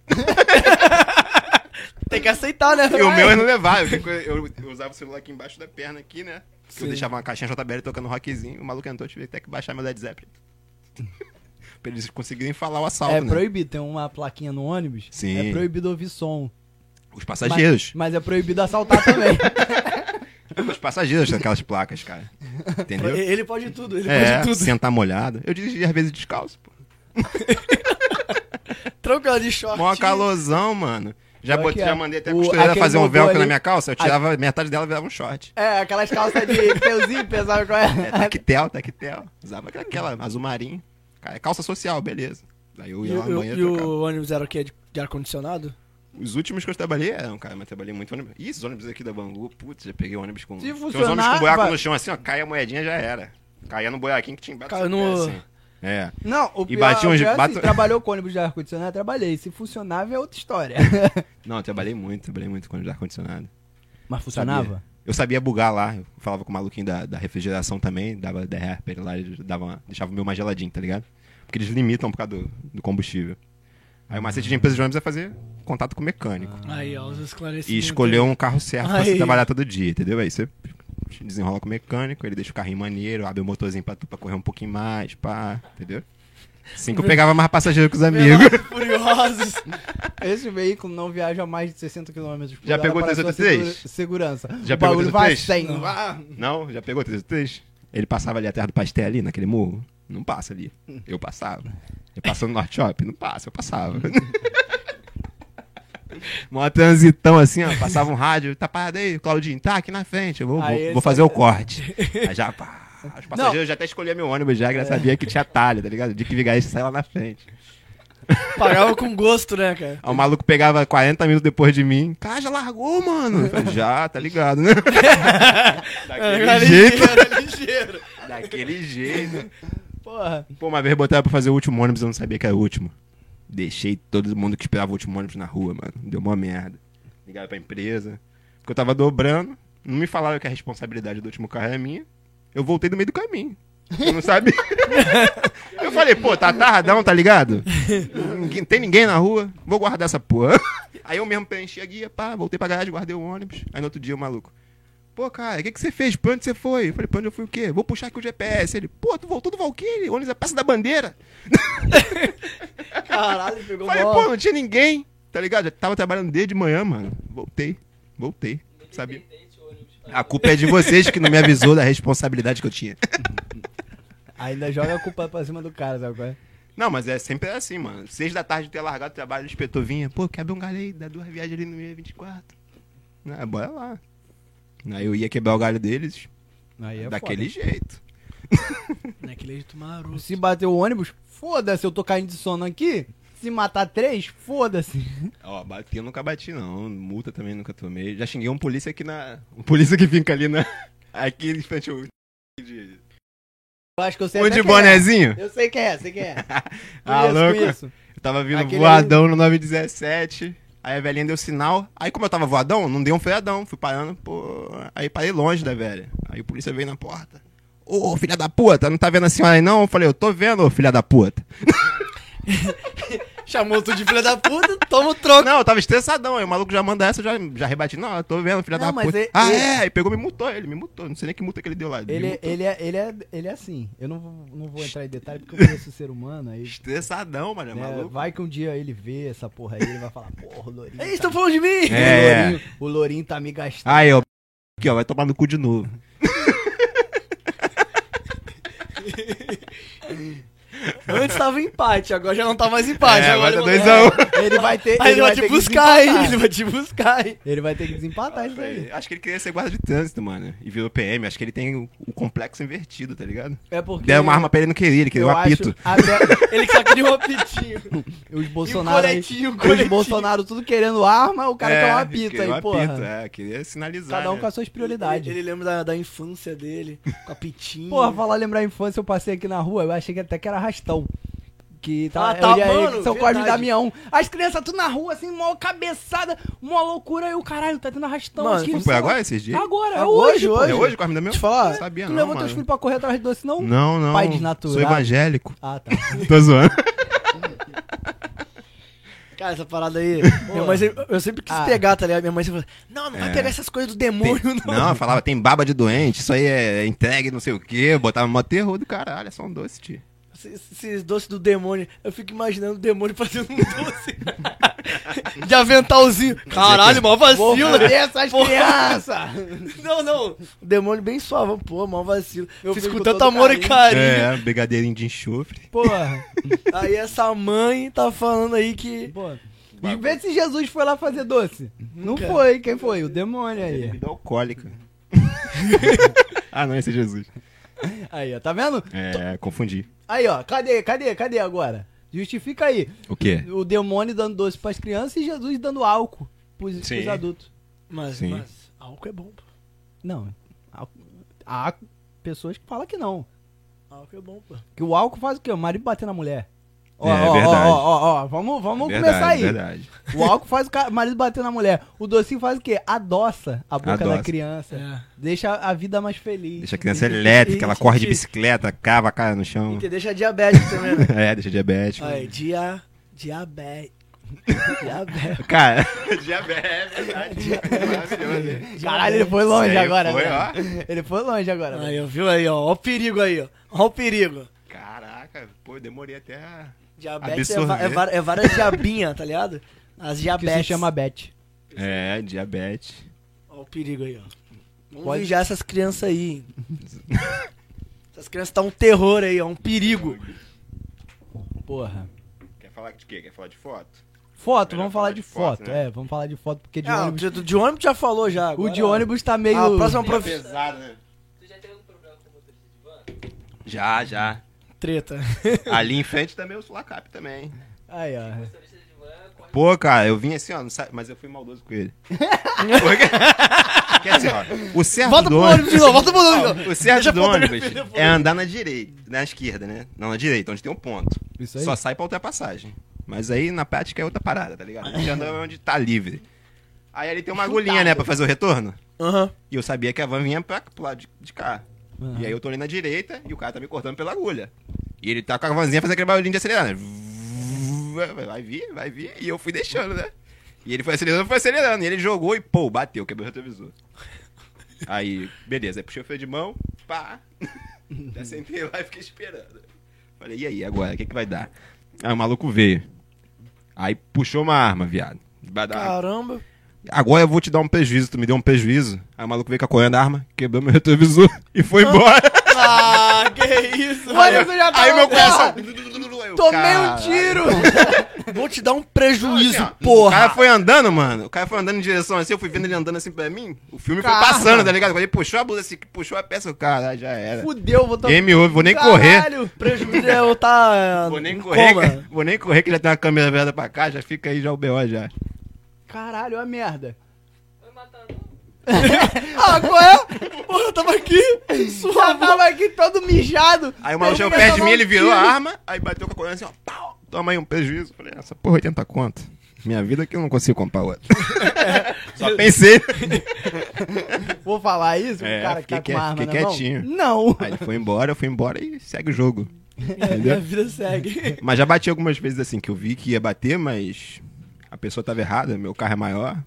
Tem que aceitar, né?
E o
Vai.
meu é eu não levava. Eu, fico- eu- eu usava o celular aqui embaixo da perna aqui, né? Que
Sim.
eu deixava uma caixinha JBL tocando rockzinho. O maluco entrou, eu tive até que baixar meu Led Zeppelin. (laughs) pra eles conseguirem falar o assalto,
É
né?
proibido, tem uma plaquinha no ônibus.
Sim. Tá
É proibido ouvir som.
Os passageiros.
Mas, mas é proibido assaltar também.
Os passageiros daquelas placas, cara. Entendeu?
(laughs) Ele pode tudo, ele
É,
pode tudo.
sentar molhado. Eu dirigi às vezes descalço, pô.
é Tranquilo de short.
Mó calorzão, mano. Já,
Pior
botei,
que é.
já mandei até a
O-
costureira
aquele
fazer um
robô
velcro
ali-
na minha calça. Eu tirava metade dela e virava um short.
É, aquelas calças de teuzinho, pesado qual
É,
é?
tactel, tactel. Usava aquela azul marinho. Cara, é calça social, beleza. Daí eu
E,
ia lá
o-
no
e
banheiro trocava.
(laughs) o ônibus era o quê? De, de ar-condicionado?
Os últimos que eu trabalhei eram, cara, mas trabalhei muito ônibus. Ih, esses ônibus aqui da Bangu, putz, já peguei ônibus com.
Se
Tinha uns
funcionar,
ônibus com buraco
vai.
no chão assim, ó, caia a moedinha já era. Caía no buraquinho que tinha embaixo. do
Caiu no-
seu pé, assim. É.
Não, o
E bati
o
uns-
pior é assim,
bato-
trabalhou com ônibus de ar-condicionado? Trabalhei. Se funcionava é outra história.
Não, eu trabalhei muito, trabalhei muito com ônibus de ar-condicionado.
(laughs) Mas funcionava?
Sabia. Eu sabia bugar lá, eu falava com o maluquinho da, da refrigeração também, dava 10 reais pra ele lá, ele dava uma- deixava o meu mais geladinho, tá ligado? Porque eles limitam por causa do, do combustível. Aí o macete de empresa de ônibus é fazer contato com o mecânico.
Aí, ó, os esclarecimentos.
e escolher um carro certo pra
Aí.
você trabalhar todo dia, entendeu? Aí você desenrola com o mecânico, ele deixa o carrinho maneiro, abre o motorzinho pra tu pra correr um pouquinho mais, pá, entendeu? Assim que eu pegava mais passageiro com os amigos.
Velozes e Furiosos.
Esse veículo não viaja a mais de 60 km por
Já
hora
pegou
para sua
383?
segura- Segurança.
Já
o
pegou
bagulho vai a 100. (laughs)
383?
Ah.
Não, já pegou 303? Ele passava ali atrás do pastel ali, naquele morro? Não passa ali. Eu passava. Ele passou no Norte Shopping? Não passa, eu (laughs) passava. Mó transitão assim, ó. Passava um rádio, tá parado aí, Claudinho, tá aqui na frente, eu vou,
Aí
vou-
ele
vou
só-
fazer o corte. Aí já, pá. Os passageiros já até escolhiam meu ônibus já, que já sabia que tinha talha, tá ligado? De que vigarista sai lá na frente.
Pagava com gosto, né, cara?
Aí o maluco pegava 40 minutos depois de mim. Cara, já largou, mano. Eu falei, já, tá ligado, (laughs) né?
Era
Daquele jeito.
Era ligeiro.
Daquele jeito.
Porra.
Pô, uma vez botaram pra fazer o último ônibus, eu não sabia que era o último. Deixei todo mundo que esperava o último ônibus na rua, mano. Deu uma merda. Ligaram pra empresa. Porque eu tava dobrando, não me falaram que a responsabilidade do último carro era minha. Eu voltei no meio do caminho. Eu não sabia. eu falei, pô, tá tardão, tá ligado? Ninguém- tem ninguém na rua, vou guardar essa porra. Aí eu mesmo preenchi a guia, pá, voltei pra garagem, guardei o ônibus. Aí no outro dia o maluco. Pô, cara, o que, que você fez? Pra onde você foi? Eu falei, pra onde eu fui o quê? Vou puxar aqui o GPS. Ele, pô, tu voltou do Valkyrie, ônibus é Praça da Bandeira.
Caralho, pegou
Falei,
mal.
pô, não tinha ninguém, tá ligado? Eu tava trabalhando desde de manhã, mano. Voltei, voltei, sabia? A culpa é de vocês que não me avisou da responsabilidade que eu tinha.
Ainda joga a culpa pra cima do cara, sabe qual é?
(laughs) Não, mas é sempre assim, mano. Seis da tarde eu ter largado o trabalho, o inspetor vinha, pô, quebra um galho aí, dá duas viagens ali no I-24. Ah, bora lá. Aí eu ia quebrar o galho deles,
Aí é
daquele jeito.
Naquele jeito maroto.
foda. Se bater o ônibus, foda-se, eu tô caindo de sono aqui. Se matar três, foda-se.
Ó, bati, eu nunca bati, não. Multa também nunca tomei. Já xinguei um polícia aqui na. Um polícia que fica ali na. Aqui em frente ao.
Eu acho que eu sei
Um
até
de
quem é.
bonezinho?
Eu sei quem é, sei quem é.
(laughs) Ah,
Conheço,
louco.
conheço.
Eu tava vindo
Aquele
voadão no 917. Aí a velhinha deu sinal. Aí, como eu tava voadão, não dei um freadão. Fui parando, pô. Aí parei longe da velha. Aí o polícia veio na porta. Ô, filha da puta, não tá vendo a senhora aí não? Eu falei, eu tô vendo, ô, filha da puta.
Chamou tu de filha da puta, toma o troco.
Não, eu tava estressadão. Aí o maluco já manda essa, eu já, já rebati. Não, eu tô vendo, filha
Não,
da
mas
puta.
ele-
ah,
ele-
é. Aí pegou e me multou. Ele me multou. Não sei nem que multa que ele deu lá. me
Ele,
multou.
ele, é, ele, é, ele é assim. Eu não vou, não vou entrar em detalhe porque eu conheço o ser humano. Aí,
Estressadão, mano. É
né,
maluco.
vai que um dia ele vê essa porra aí, ele vai falar, porra, o Lourinho.
Eles
tá-
estão falando de mim!
o,
É.
Lourinho o Lourinho tá me gastando.
Aí, ó. Aqui, ó. Vai tomar no cu de novo.
Antes tava empate, agora já não tá mais empate.
É,
agora
agora tá
ele-
dois a um.
Ele vai ter,
Aí ele vai
ter
te
que
buscar, hein? Ele
desempatar.
vai te buscar, hein?
Ele vai ter que desempatar isso aí.
Acho que ele queria ser guarda de trânsito, mano. E virou PM. Acho que ele tem o, o complexo invertido, tá ligado?
É porque.
Deram uma arma pra ele, não queria. Ele queria
eu
um
acho
apito.
até-
(laughs) Ele que só queria um apitinho.
(laughs) os Bolsonaro. aí-
coletinho, o é
Os
coletinho.
Bolsonaro tudo querendo arma, o cara quer um apito
queria
aí,
um apito,
porra.
É, queria sinalizar.
Cada um
né?
com as suas prioridades.
Ele, ele lembra da, da infância dele, com apitinho.
Porra, falar lembrar a infância, eu passei aqui na rua, eu achei que até que era arrastão. Que tá,
Ah, tá,
eu ia-
mano,
São Cosme e
verdade.
Damião. As crianças tudo na rua, assim, mó cabeçada, mó loucura. E o caralho, tá tendo arrastão
Mano,
aqui.
Não
sei
foi
lá.
agora esses dias?
Agora, é
Agora,
hoje,
hoje,
hoje.
É hoje, com a arma da minha?
Deixa eu falar.
Sabia,
Tu
não,
levou teus
mano.
filhos pra correr atrás de doce, não?
Não, não.
Pai desnatural.
Sou evangélico.
Ah,
(laughs)
tá.
Tô zoando.
Cara, essa parada aí. minha
Pô.
mãe, sempre- eu sempre quis
Ah.
pegar, tá ligado? Minha mãe sempre falou: Não, não vai
É.
pegar essas coisas do
Tem-
demônio, não.
Não, eu falava, tem baba de doente, isso aí é entregue, não sei o quê. Botava mó terror do caralho, é só um doce, tio.
Esses, esses doces do demônio. Eu fico imaginando o demônio fazendo um doce. (laughs) de aventalzinho. Caralho, mó
Vou
vacilo.
foder essas
Porra.
crianças!
Não, não. O demônio bem suavão. Pô, mó vacilo.
Eu
Fiz
fico
com
com
tanto
todo
amor e carinho.
É, brigadeirinho de enxofre.
Porra.
(laughs) Aí essa mãe tá falando aí que.
Porra. E vê se Jesus foi lá fazer doce. Não foi, quem foi? O demônio aí.
Bebida alcoólica. ah, não, esse é Jesus.
Aí, ó, tá vendo?
É, confundi.
Aí, ó, cadê, cadê, cadê agora? Justifica aí.
O quê?
O demônio dando doce pras crianças e Jesus dando álcool pros,
Sim.
pros adultos.
Mas,
Sim.
mas álcool é bom, pô.
Não. Há, há pessoas que falam que não.
Álcool é bom, pô.
Que o álcool faz o quê? O marido bater na mulher. Ó,
É,
ó,
verdade.
ó, ó, ó, ó, vamos, vamos
verdade,
começar aí.
Verdade.
O álcool faz o ca- o marido bater na mulher. O docinho faz o quê? Adoça a boca da
Adoça.
criança.
É.
Deixa a vida mais feliz.
Deixa a criança
E-
elétrica, ela
e-
corre de bicicleta, cava a cara no chão.
E te deixa diabético também, né?
(laughs) É, deixa diabético.
(laughs) Aí, dia. Diabé. Diabé.
Cara, diabético, verdade.
(laughs) Caralho, ele foi longe
Isso aí
agora,
foi,
velho.
ó.
Ele foi longe agora. velho.
Aí, ó, viu aí, ó. Ó o perigo aí, ó. Ó o perigo.
Caraca, pô, eu demorei até a.
Diabetes é,
Absorver.
va- é va- é várias diabinhas, tá ligado? As
Que
diabetes.
se chama Beth.
É, diabetes.
Ó o perigo aí, ó. Vamos
Pode-
vigiar essas crianças aí. essas crianças tá um terror aí, ó. Um perigo.
Porra.
Quer falar de quê? Quer falar de foto?
Foto,
Melhor
vamos falar de foto.
né?
É, vamos falar de foto, porque de
Ah,
ônibus.
de, de ônibus já falou já.
O
agora- é.
de ônibus tá meio.
Ah, a próxima prof...
pesado, né? Tu já teve algum problema com motorista de van?
Treta.
Já, já. Ali em frente também eu sou lacap também.
Aí, ó.
Pô, cara, eu vim assim, ó, não sa- mas eu fui maldoso com ele. (laughs) Porque... Quer dizer, ó, o certo
Volta pro
do
ônibus de novo, volta pro ônibus de novo.
O certo
Deixa
do
eu botar
ônibus
minha filha pro
é andar na direita, na esquerda, né? Não, na direita, onde tem um ponto.
Isso aí.
Só sai pra ultrapassagem. Mas aí na prática é outra parada, tá ligado? A gente anda onde tá livre. Aí ali tem uma agulhinha, né, pra fazer o retorno.
Aham.
E eu sabia que a van vinha pra, pro lado de, de cá.
Aham.
E aí eu tô ali na direita e o cara tá me cortando pela agulha. E ele tá com a vanzinha fazendo aquele barulhinho de acelerar, né? Vai vir, vai vir. E eu fui deixando, né? E ele foi acelerando, foi acelerando. E ele jogou e, pô, bateu, quebrou o retrovisor. Aí, beleza. Aí puxei o freio de mão, pá. (laughs) Já sentei lá e fiquei esperando. Falei, e aí, agora? O que, que vai dar? Aí o maluco veio. Aí puxou uma arma, viado. Vai
Ah,
dar uma
Caramba.
Agora eu vou te dar um prejuízo, tu me deu um prejuízo. Aí o maluco veio com a corrente da arma, quebrou meu (laughs) retrovisor e
(laughs)
foi embora.
Ah, que isso.
Mano, eu já tava- assim,
Aí meu coração.
Tomei um
Caralho.
tiro!
(laughs) Vou te dar um prejuízo,
Assim, ó, O
porra.
cara foi andando, mano. O cara foi andando em direção assim, eu fui vendo ele andando assim pra mim. O filme
Caralho.
foi passando, tá ligado? Quando ele puxou a blusa assim, puxou a peça, o cara já era.
Fudeu, vou tomar. um
Game over, vou nem correr.
Caralho!
Prejuízo é eu tá.
Vou nem
em
correr,
coma.
que- vou nem correr que já tem uma câmera velha pra cá, já fica aí já o BO já.
Caralho, a merda. (laughs)
Ah, qual é? Porra, eu tava aqui.
Já
(laughs) Suave.
tava aqui todo mijado.
Aí o maluco chegou perto de mim, ele virou a arma, aí bateu com a corrente assim, ó, pau, toma aí um prejuízo. Falei, essa porra, 80 conto. Minha vida que eu não consigo comprar outra. Só pensei.
Vou falar isso pro
É,
cara que
fiquei
tá com uma arma
quieto-
na
fiquei
mão?
quietinho.
Não.
Aí ele foi embora, eu fui embora e segue o jogo.
E a vida segue.
Mas já bati algumas vezes assim, que eu vi que ia bater, mas a pessoa tava errada, meu carro
(laughs)
é maior.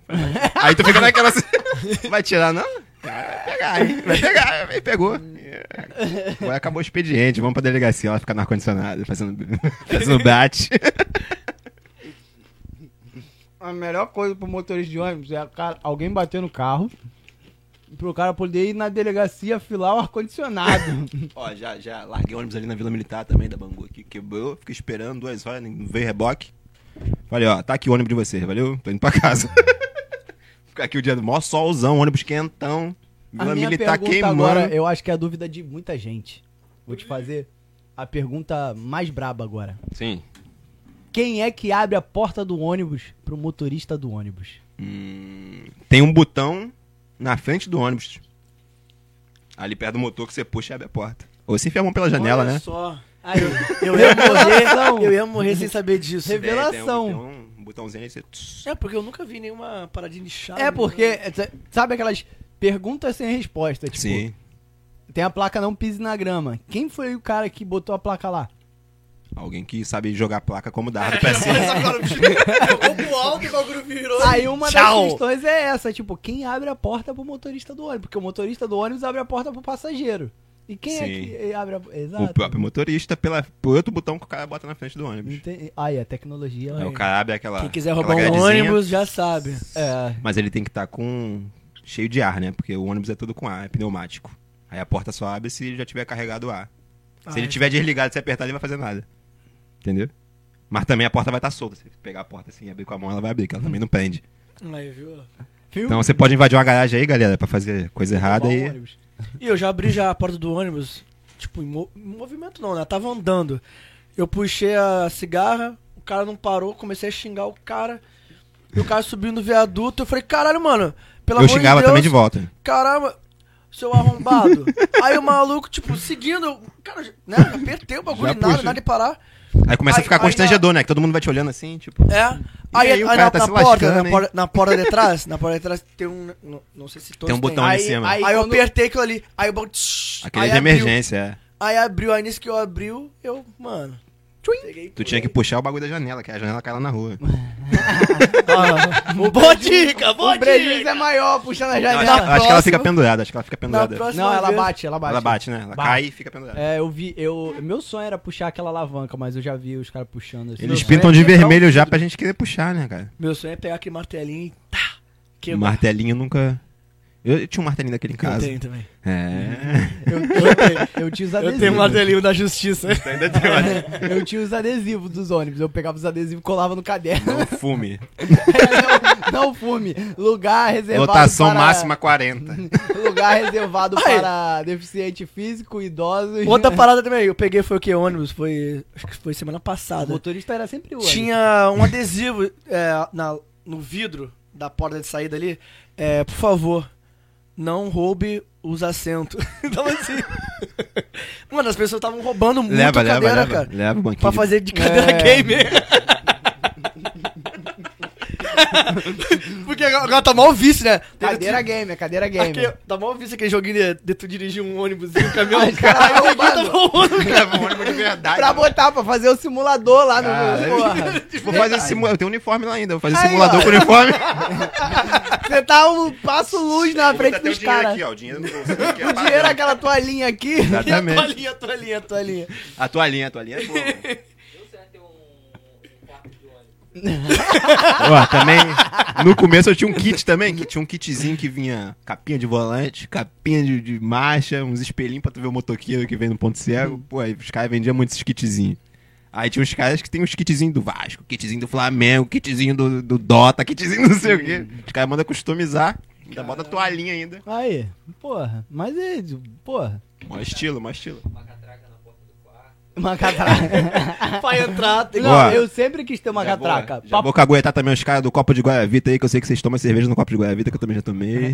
Aí tu fica naquela assim, (laughs) vai tirar não? Ah, Vai pegar, hein? Vai pegar, aí pegou. Agora acabou o expediente, vamos pra delegacia, ela fica no ar-condicionado, fazendo, (laughs) fazendo bate.
A melhor coisa pro motorista de ônibus é cara- alguém bater no carro pro cara poder ir na delegacia afilar o ar-condicionado. (laughs)
Ó, já, já larguei ônibus ali na Vila Militar também, da Bangu aqui, quebrou, fiquei esperando duas horas, não veio reboque. Falei, ó, tá aqui o ônibus de vocês, valeu? Tô indo pra casa. (laughs) Ficar aqui o dia do maior solzão, ônibus quentão,
a
Vila
minha
Militar
pergunta
queimando.
agora, eu acho que é a dúvida de muita gente. Vou te fazer a pergunta mais braba agora.
Sim.
Quem é que abre a porta do ônibus pro motorista do ônibus?
Hum, tem um botão na frente do ônibus. Ali perto do motor que você puxa e abre a porta. Ou se enfia a mão pela janela,
Olha
né?
só. Aí, eu ia morrer, eu ia morrer sem saber disso.
Reve- revelação.
É, tem um, tem um botãozinho aí, você...
É, porque eu nunca vi nenhuma paradinha de chá. né?
É porque, é, sa- sabe aquelas perguntas sem resposta? Tipo,
Sim.
tem a placa não pise na grama. Quem foi o cara que botou a placa lá?
Alguém que sabe jogar a placa como dardo
É,
pra
(laughs)
cima.
Olha só, cara, o bicho jogou pro alto e o bagulho virou.
Aí uma
Tchau.
das questões é essa, tipo, quem abre a porta pro motorista do ônibus? Porque o motorista do ônibus abre a porta pro passageiro. E quem
Sim.
é que abre a
O
Exato.
próprio motorista, pela, por outro botão que o cara bota na frente do ônibus.
Entendi. Aí a tecnologia. é
Aí
ela-
o cara abre aquela.
Então, é. Quem quiser
aquela
roubar um
gradezinha,
ônibus já sabe.
É.
Mas ele tem que estar com. cheio de ar, né? Porque o ônibus é todo com ar, é pneumático. Aí a porta só abre se já tiver carregado o ar.
Ah,
Se ele tiver desligado, você apertar, ele não vai fazer nada. Entendeu? Mas também a porta vai estar solta. Se você pegar a porta assim e abrir com a mão, ela vai abrir, que ela também não prende.
Aí, viu?
Viu?
Então você pode invadir uma garagem aí, galera, pra fazer coisa errada
Roubar o
e.
ônibus.
E eu já abri já a porta do ônibus, tipo, em, mo- em movimento não, né? Tava andando. Eu puxei a cigarra, o cara não parou, comecei a xingar o cara. E o cara subiu no viaduto, eu falei, caralho, mano, pelo
Eu
amor
xingava
de Deus,
também de volta.
Caramba,
(laughs)
seu arrombado. Aí o maluco, tipo, seguindo, eu- cara, né? Apertei o bagulho,
Já
nada,
puxa.
nada de parar.
Aí começa
Aí-
a ficar
aí na-
constrangedor, né? Que todo mundo vai te olhando assim, tipo.
É. Aí,
aí o
aí
cara
na,
tá
na
se
porta,
lascando,
na
hein?
porta, na porta de trás, na porta de trás tem um, não, não sei se todos
Tem um
têm.
botão
Aí-
ali em cima.
aí-
Aí, eu
quando-
apertei aquilo ali, aí o bagulho...
Aquele
aí
de
abriu.
emergência, é.
Aí abriu, aí nisso que eu abriu, eu, mano. Tchuim,
Tu tinha que puxar o bagulho da janela, que a janela cai lá na rua.
(laughs) boa dica, boa
O prejuízo
dica!
é maior puxando a
Não, acho,
janela.
que- acho que ela fica
próxima-
pendurada, acho que ela fica pendurada.
próxima-
Não, ela
vez-
bate, ela bate.
Ela bate, né? Ela
Bate.
cai e fica pendurada.
É, eu vi, eu, meu sonho era puxar aquela alavanca, mas eu já vi os caras puxando assim.
Eles
Meu sonho
pintam
é
de
quebrar o
vermelho já pra gente querer puxar, né, cara?
Meu sonho é pegar aquele martelinho e tá, quebrar.
Martelinho nunca. Eu, eu tinha um martelinho daquele em
Eu
casa.
tenho também. Tá
É.
Eu, eu, eu tinha os adesivos.
martelinho da justiça.
É. Ainda tem, olha.
Eu tinha os adesivos dos ônibus. Eu pegava os adesivos e colava no caderno.
Não é um
(laughs)
fume.
não, não fume. Lugar reservado
Lotação
para...
máxima
(laughs)
40.
Lugar reservado
Aí.
para deficiente físico, idosos.
Outra parada também, eu peguei foi o que? Ônibus? Foi. Acho que foi semana
O
passada.
motorista era sempre o ônibus.
Tinha um adesivo é, na, no vidro da porta de saída ali. É, por favor, não roube os assentos. (laughs) Então assim. Mano, as pessoas estavam roubando muito
Leva,
cadeira,
leva, leva.
cara.
Leva o banquinho.
Pra
de-
fazer de cadeira
É. (laughs)
gamer. Porque agora agora tá mal vício, né?
Cadeira game, é cadeira game.
Aquele- tá mal vício aquele joguinho de, de tu dirigir um ônibus e um
(laughs)
caminhão.
Ai, caralho,
Aí o bagulho
Ah, roubado.
tá roubando, cara.
Leva um
(laughs)
ônibus de verdade.
Pra botar, pra fazer o simulador lá no...
Cara,
porra.
Vou fazer simulador. Eu tenho uniforme lá ainda. Vou fazer
Aí,
simulador
ó.
com
(laughs)
uniforme.
Você tá um passo-luz na
Vou botar
frente
até o
dos
dinheiro
caras.
aqui, ó. O dinheiro no
(laughs)
bolso. aqui,
O
ó.
dinheiro é aquela toalhinha aqui.
A
Exatamente.
(laughs) toalhinha, a toalhinha, a toalhinha.
A toalhinha, a toalhinha é boa. mano. (laughs) Ó, também, no começo eu tinha um kit também, que tinha um kitzinho que vinha capinha de volante, capinha de, de marcha, uns espelhinhos pra tu ver o motoqueiro que vem no ponto cego. Pô, aí os caras vendiam muito esses kitzinhos. Aí tinha uns caras que tem uns kitzinhos do Vasco, kitzinho do Flamengo, kitzinho do, do Dota, kitzinho não sei o quê. Os caras mandam customizar, ainda bota toalhinha ainda.
Aí, porra. Mas é, porra.
Mó estilo, mó estilo.
Uma catraca. (laughs)
Pra entrar, tem
Não,
Ó.
eu sempre quis ter uma
Já
catraca.
Vou, já vou caguetar também os caras do copo de Guaravita aí, que eu sei que vocês tomam cerveja no copo de Guaravita, que eu também já tomei.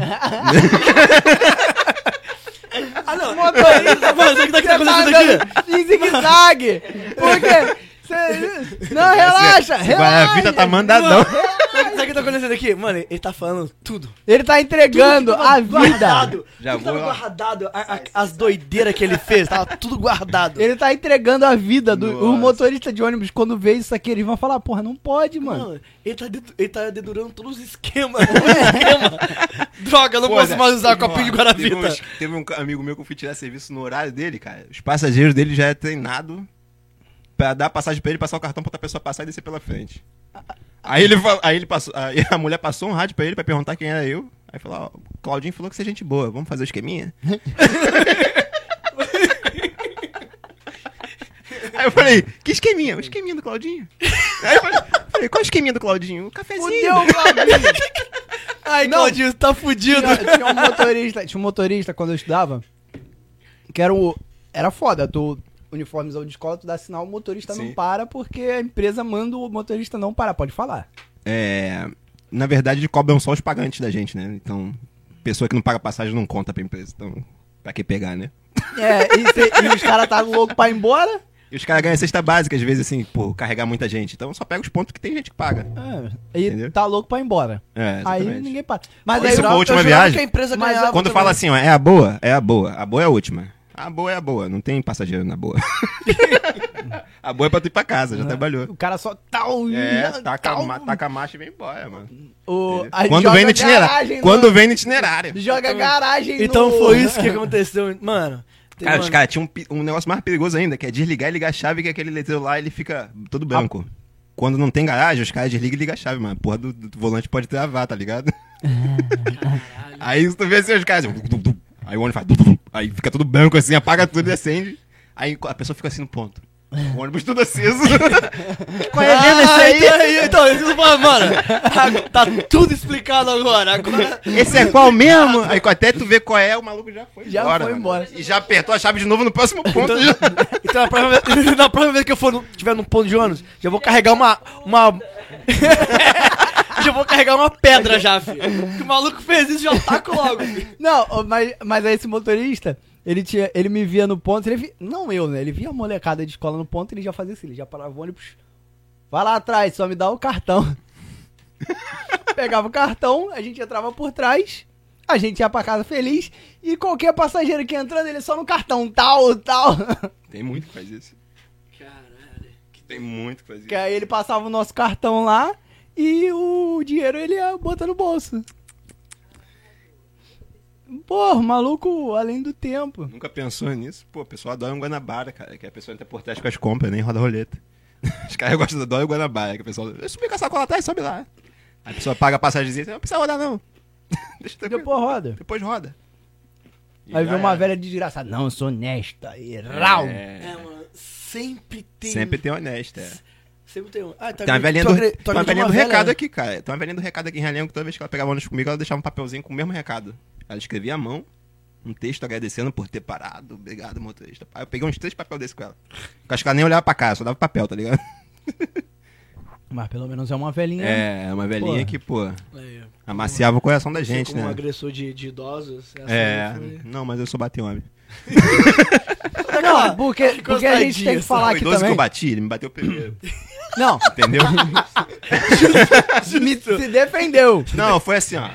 Ah, não. Motorista, mano, o que tá
Você tá
acontecendo aqui?
andando Em zigue-zague. Porque Cê- Não, relaxa, relaxa.
a vida tá mandadão.
(laughs) Sabe sabe o que tá acontecendo aqui? Mano, ele tá falando tudo.
Ele tá entregando
Tudo que tava
a vida.
Guardado.
Já
tudo que
vou
tava
lá.
guardado. a- a- as doideiras que ele fez, tava tudo guardado.
Ele tá entregando a vida do
Nossa.
o motorista de ônibus quando vê isso aqui, eles vão falar, porra, não pode, mano. É.
Mano, ele tá, dedu- ele tá dedurando todos
(laughs)
os esquemas. Todos os esquemas. Droga, eu não
Pô,
posso
Zé,
mais usar
mano,
copinho de
Teve,
Guaravita.
uns- teve um amigo meu que eu fui tirar serviço no horário dele, cara. Os passageiros dele já é treinado pra dar passagem pra ele, passar o cartão pra outra pessoa passar e descer pela frente. Aí ele, fa- aí ele passou, aí a mulher passou um rádio pra ele pra perguntar quem era eu. Aí falou, ó, o Claudinho falou que você é gente boa, vamos fazer o
(laughs)
esqueminha? aí eu falei, que esqueminha? O esqueminha do Claudinho. Aí eu falei, falei, qual é o esqueminha do Claudinho? O cafezinho.
Claudinho.
(laughs) Ai,
Não.
Claudinho, você tá fudido.
tinha, tinha um motorista, tinha um motorista quando eu estudava, que era o. Era foda, tu uniformizou de escola, tu dá sinal, o motorista não
Sim.
para, porque a empresa manda o motorista não parar, pode falar.
é, na verdade, cobram só os pagantes da gente, né? Então, pessoa que não paga passagem não conta pra empresa. Então, pra que pegar, né?
É, e, cê- e os caras tá louco pra ir embora.
E os caras ganham cesta básica, às vezes, assim, por carregar muita gente. Então, só pega os pontos que tem gente que paga.
É, e
Entendeu?
tá louco pra ir embora.
É,
aí
exatamente.
ninguém para. Mas
Isso
aí
foi
eu-
a última
eu jurava
viagem?
Que a empresa
Mas
ganhava
Quando
também.
fala assim, ó, é a boa, é a boa. A boa é a última. A boa é a boa, não tem passageiro na boa. (laughs) a boa é pra tu ir pra casa, já
Né?
trabalhou.
o cara só tá um tal.
É,
tá
não,
taca,
tal,
a ma- taca a marcha e vem embora, mano.
o- aí
Quando
joga
vem no itinerário.
garagem
Quando vem no itinerário.
no- joga garagem
Então
no-
foi
(laughs)
isso que aconteceu. Mano, tem
Cara,
uma-
os caras tinham um, pi- um negócio mais perigoso ainda, que é desligar e ligar a chave, que aquele letreiro lá ele fica todo branco. Quando não tem garagem, os caras desligam e ligam a chave, mano. A Porra do, do volante pode travar, tá ligado? (laughs) aí tu vê assim, os caras. assim, dum, dum, dum. Aí o ônibus faz. dum, dum, dum. Aí fica tudo branco assim, apaga tudo e acende. Aí a pessoa fica assim no ponto. O ônibus tudo aceso.
Correndo isso aí.
Ah, aí, Então, isso não fala, mano. ah, Tá tudo explicado agora. Agora.
Esse é qual mesmo? Aí até tu vê qual é, o maluco já foi
Já
embora.
foi
mano.
embora.
E já apertou a chave de novo no próximo ponto. já-
Então, na próxima vez, (laughs) na próxima vez que eu for no, tiver num ponto de ônibus, já vou carregar uma. uma... já vou carregar uma pedra já, filho. Que o maluco fez isso, já
(laughs)
taco logo. filho.
Não, ó, mas, mas aí esse motorista, ele, tinha, ele me via no ponto, ele vi- não eu, né? Ele via a molecada de escola no ponto, ele já fazia assim, ele já parava o ônibus, vai lá atrás, só me dá o cartão. (laughs) Pegava o cartão, a gente entrava por trás, a gente ia pra casa feliz, e qualquer passageiro que ia entrando, ele só no cartão, tal, tal.
(laughs)
(laughs)
Tem muito que faz isso. Caralho. Tem muito que faz isso.
Que aí ele passava o nosso cartão lá, e o dinheiro ele ia botar no bolso. Porra, maluco, além do tempo.
Nunca pensou nisso? Pô, o pessoal adora um Guanabara, cara. Que a pessoa entra por trás com as compras, nem roda roleta. (laughs) Os caras gostam do o Guanabara. Que a pessoa. Eu subi com a sacola atrás, sobe lá. Aí a pessoa paga a passagemzinha não precisa rodar, não. (laughs) Deixa tranquilo.
Depois roda.
Depois roda. E
Aí
já
vê uma
era.
velha desgraçada. Não, eu sou honesta. E rau.
É,
É, mano, sempre tem.
Sempre tem honesta. É.
Sempre tem um. Ah, tá
Tem uma
tu
velhinha do,
acre- tu
tem uma
acredita
velhinha do
numa
recado
velha?
aqui, cara. Tem uma velhinha do recado aqui em Realengo, que toda vez que ela pegava ônibus comigo, ela deixava um papelzinho com o mesmo recado. Ela escrevia à mão, um texto agradecendo por ter parado, obrigado, motorista. Aí Eu peguei uns três papéis desse com ela. Eu acho que ela nem olhava pra cá, só dava papel, tá ligado?
Mas pelo menos é uma velhinha.
É, uma velhinha
Porra.
que, pô,
Aí, ó.
amaciava o coração da
Assim
gente,
como um
né?
agressor de, de idosos. essa
É,
aí né? foi-
não, mas eu sou bati homem.
Não, é porque, porque a gente tem
Coitadinha,
que falar
Foi
aqui
12 que eu
também.
bati, ele me bateu primeiro,
Não,
entendeu?
me, se defendeu.
Não, foi assim, ó.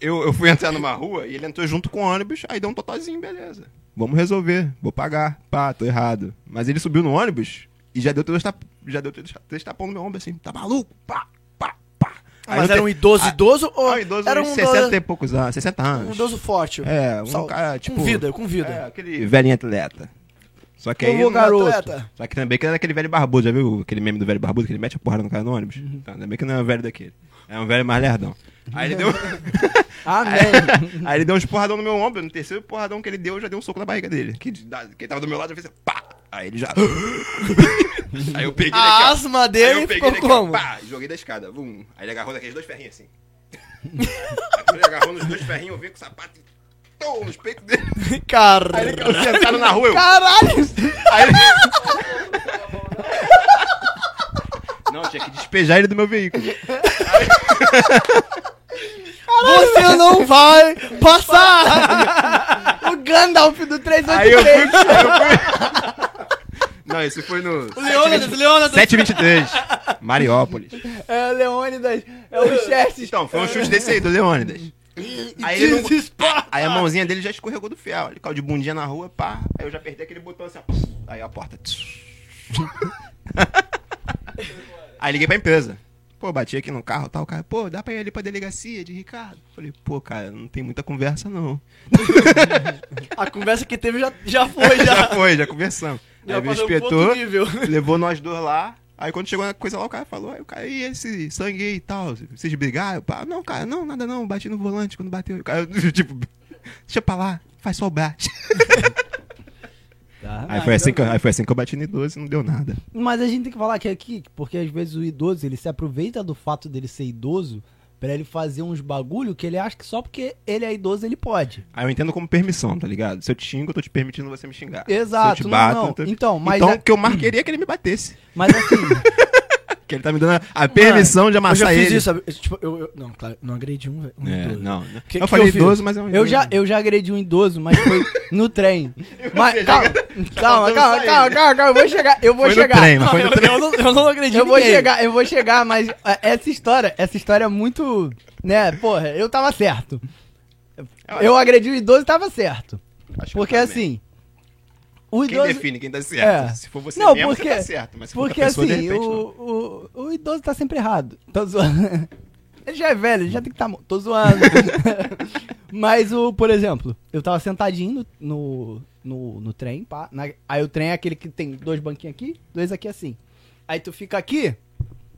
Eu, eu fui entrar numa rua e ele entrou junto com o ônibus, aí deu um totozinho, beleza. Vamos resolver, vou pagar. Pá, tô errado. Mas ele subiu no ônibus e já deu três, tap... já deu três, três tapão no meu ombro, assim, tá maluco? Pá, pá, pá.
Ah, mas era um idoso idoso ou.
um idoso
era
de
um
60
idoso,
e poucos anos, 60 anos.
um idoso forte.
É, um
Sal-
cara, tipo...
Com vida, com vida.
É, aquele velhinho atleta. Só que aí...
Como
não- é
garoto.
atleta.
Só que também que era aquele velho barbudo, já viu aquele meme do velho barbudo que ele mete a porrada no cara no ônibus?
Uhum.
Tá, ainda bem que não é um velho daquele. É um velho mais lerdão. Aí
(laughs)
ele deu...
Amém.
Aí ele deu uns porradão no meu ombro, no terceiro porradão que ele deu, eu já dei um soco na barriga dele. Que, da- que tava do meu lado, eu fiz assim, pá! Aí ele já.
(laughs)
aí eu peguei ele
A
aqui, ó.
asma
Aí
dele
eu peguei
ficou
ele aqui, ó,
como?
pá! e Joguei da escada, vum. Aí ele agarrou daqueles dois ferrinhos assim. (laughs) aí quando ele agarrou nos dois ferrinhos, eu vim com o sapato e. Tom, nos peitos dele. Aí ele
Cara.
caiu sentado na rua, eu.
Caralho.
Aí ele... Não, tinha que despejar ele do meu veículo.
Você não
(laughs)
vai passar!
O Gandalf do 383.
Aí eu fui. Aí eu fui... Não, esse foi no.
Leônidas, Leônidas.
723. Mariópolis.
É o Leônidas, é o Xerxes.
Então, foi um chute desse aí, do Leônidas. Aí, ele não-
Desespero.
aí a mãozinha dele já escorregou do fiel. Ele caiu de bundinha na rua, pá. Aí eu já apertei aquele botão assim, ó. Aí a porta. aí liguei pra empresa. Pô, bati aqui no carro tal. O cara, pô, dá pra ir ali pra delegacia de Ricardo? Falei, pô, cara, não tem muita conversa não.
A conversa que teve já, já foi,
(laughs) Já
já.
foi, já um conversamos.
Já
aí veio o
passou pro
inspetor,
outro nível.
levou nós dois lá. Aí quando chegou na coisa lá, o cara falou, aí o cara, e esse sangue aí e tal, vocês brigaram? Eu, pá, não, cara, não, nada não, bati no volante quando bateu. O cara, (laughs) tipo, deixa pra lá, faz só o braço. Aí foi, assim que, eu- aí foi assim que eu bati no idoso e não deu nada.
Tá. Mas a gente tem que falar que aqui, porque às vezes o idoso, ele se aproveita do fato dele ser idoso pra ele fazer uns bagulho que ele acha que só porque ele é idoso ele pode.
Aí eu entendo como permissão, tá ligado? Se eu te xingo, eu tô te permitindo você me xingar.
Exato,
Se eu te
não,
bato,
não.
eu tô-
Então, mas
Então,
é-
o que eu mais queria é que ele me batesse.
Mas assim,
Que ele tá me dando a- a permissão de
Eu já
amassar
fiz
tá ele.
isso, sabe? Eu, Tipo, eu, eu- não, claro, não agredi um, velho. Um
É,
idoso.
não. né?
Que-
eu
que
falei
eu fiz?
idoso, mas é um
Eu
idoso.
já, eu já agredi um idoso, mas foi no (laughs) trem. Mas,
já-
calma, (laughs) calma,
mandando
calma,
sair.
calma, calma, calma, eu vou chegar, eu vou
Foi no
chegar.
trem, mas foi no
eu,
trem.
eu não, eu não agredi
Eu vou
ninguém.
chegar, eu vou chegar, mas ah, essa história, essa história é muito, né, porra, eu tava certo. Eu agredi o idoso e tava certo.
Acho que eu
Porque
também.
assim, o
Quem
idoso
define quem tá certo?
É.
Se for você
Não,
mesmo,
porque-
você tá certo. Mas se for
Porque
outra pessoa,
assim,
de repente, não.
o, o, o idoso tá sempre errado. Tô zoando. (laughs) Ele já é velho, ele já tem que estar. Tá... mo- Tô zoando. (laughs) Mas o, por exemplo, eu tava sentadinho no, no, no trem, pá. na- aí o trem é aquele que tem dois banquinhos aqui, dois aqui assim. Aí tu fica aqui,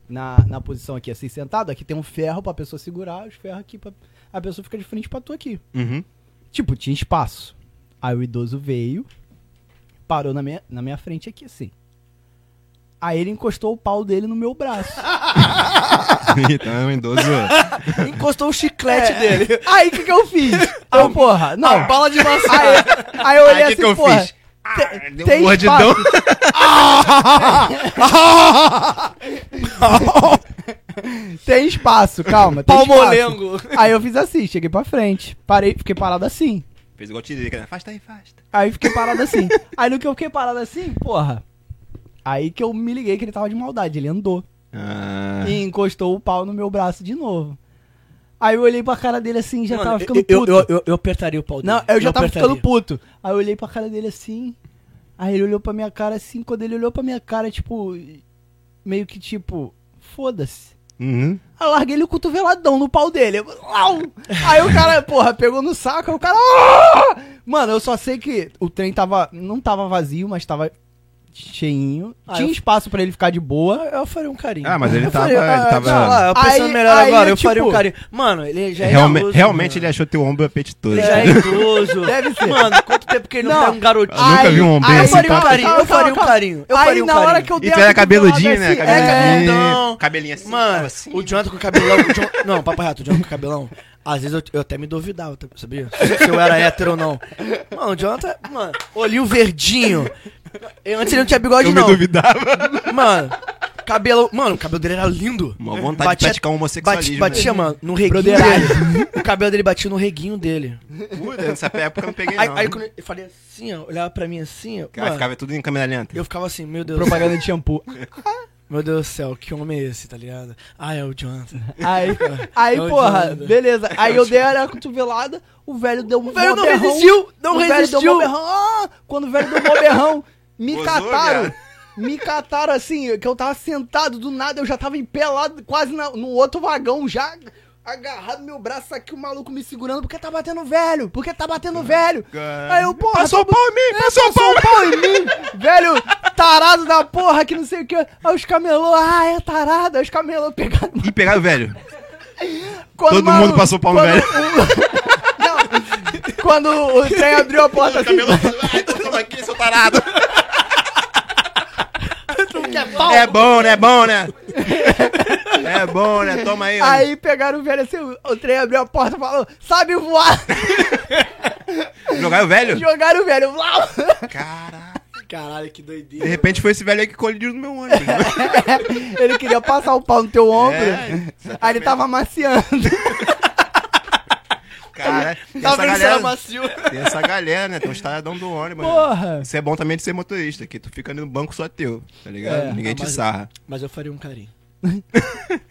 na, na posição aqui, assim, sentado. Aqui tem um ferro pra pessoa segurar, os ferros aqui pra. A pessoa fica de frente pra tu aqui.
(laughs) Uhum.
Tipo, tinha espaço. Aí o idoso veio, parou na minha, na minha frente aqui, assim. Aí ele encostou o pau dele no meu braço.
então é
(laughs)
um idoso.
(laughs) Encostou o chiclete dele.
É. Aí o que, que eu
(laughs)
fiz? Eu, porra, não.
A bala de maçã.
Aí, aí eu olhei assim,
Aí, o que que eu
porra.
fiz?
te-
Deu
tem
um mordidão.
espaço. (laughs) Tem espaço, calma. Tem espaço.
Palmolengo.
Aí eu fiz assim, cheguei pra frente. Parei, fiquei parado assim.
Fez igual tiririca, né? Afasta aí, afasta.
Aí fiquei parado assim. (laughs) Aí no que eu fiquei parado assim, porra. Aí que eu me liguei que ele tava de maldade, ele andou.
Ah,
E encostou o pau no meu braço de novo. Aí eu olhei pra cara dele assim, já
Mano,
tava ficando
eu,
puto.
Eu, eu, eu apertaria o pau dele.
Não, eu já tava
apertaria.
ficando puto. Aí eu olhei pra cara dele assim. Aí ele olhou pra minha cara assim. Quando ele olhou pra minha cara, tipo. Meio que tipo. Foda-se.
uhum.
Aí eu larguei ele o cotoveladão no pau dele. Eu, Au! Aí o cara, porra, pegou no saco. Aí o cara. "Ah!" Mano, eu só sei que o trem tava. Não tava vazio, mas tava cheinho.
Ah,
Tinha
eu-
espaço pra ele ficar de boa.
Eu faria um carinho.
Ah, mas ele
eu
tava-
faria-
ele
ah,
tava-
sei lá, eu pensando
Aí-
melhor
aí
agora,
é
eu faria um
tipo-
carinho. Mano, ele já é
Realme-
idoso,
realmente
né?
mano.
ele achou teu ombro apetitoso.
Ele já é idoso. Deve
ser.
Mano, quanto tempo que ele não,
Não.
pega um garotinho?
Ah, nunca vi um ombinho
aí
assim,
Eu faria um
cara.
carinho, eu faria um carinho.
eu
aí,
faria um
na
carinho.
hora que eu
E
dei
tu
a
era
cotovelada
cabeludinho, né?
assim,
Cabelinho,
é,
então-
cabelinho assim.
Mano,
assim.
o Jonathan com o cabelão. o Jon- Não, papo reto, o Jonathan com o cabelão. Às vezes eu, eu até me duvidava, tá, sabia? Se eu era hétero ou não. Mano, o Jonathan, mano, olhinho verdinho. Eu, antes ele não tinha bigode,
Eu me
não.
duvidava.
Mano, cabelo. Mano, o cabelo dele era lindo.
Uma vontade de praticar um homossexualismo.
bati- batia,
né?
mano, no reguinho
Broderagem.
dele. O cabelo dele batia no reguinho dele.
Puta, nessa época eu não peguei,
Aí,
não.
aí quando ele falei assim, ó, olhava pra mim assim, ó,
Cara,
mano,
ficava tudo em câmera lenta.
eu ficava assim, meu Deus,
Propaganda de shampoo.
meu Deus do céu, que homem é esse, tá ligado? Ah, é o Jonathan.
Aí, aí
É o
porra,
Jonathan.
beleza. Aí eu dei a cotovelada, o velho deu um
O velho não
boberrão,
resistiu, não
o
resistiu.
Velho deu um boberrão, ah, quando o velho deu um boberrão, me
Gozou,
cataram.
viado?
Me cataram assim, que eu tava sentado do nada, eu já tava empelado quase na- no outro vagão já. Agarrado meu braço aqui, o maluco me segurando, porque tá batendo velho, porque tá batendo velho.
Caralho.
Aí eu, porra,
Passou o pau em mim, passou o pau
Ah, é, passou o pau em mim, velho tarado da porra, que não sei o que. Aí os camelô, ah, é tarado. Aí os camelô pegaram.
E pegaram o velho.
Quando
Todo
o maluco-
mundo passou o pau no
quando
velho.
o- Não, quando o trem abriu a porta assim.
(laughs) Ai, toma aqui, seu tarado.
pau.
É bom, né? É bom, (laughs) né? É bom, né? Toma aí. ó.
Aí pegaram o velho assim, o o trem abriu a porta e falou, sabe voar!
Jogaram um o velho?
Jogaram o velho. Uau!
Caraca.
Caralho, que doideira.
De repente foi esse velho aí que colidiu no meu ônibus. né?
Ele queria passar o pau no teu ombro.
É,
aí ele tava maciando.
(laughs) Cara, tem essa
Talvez seja
galera,
macio.
tem essa galera, né? Tem um estradão do ônibus. né?
Porra!
Isso é bom também de ser motorista, que tu fica ali no banco só teu, tá ligado?
É.
Ninguém
Ah,
te
mas-
sarra.
Mas eu faria
(laughs)
um carinho.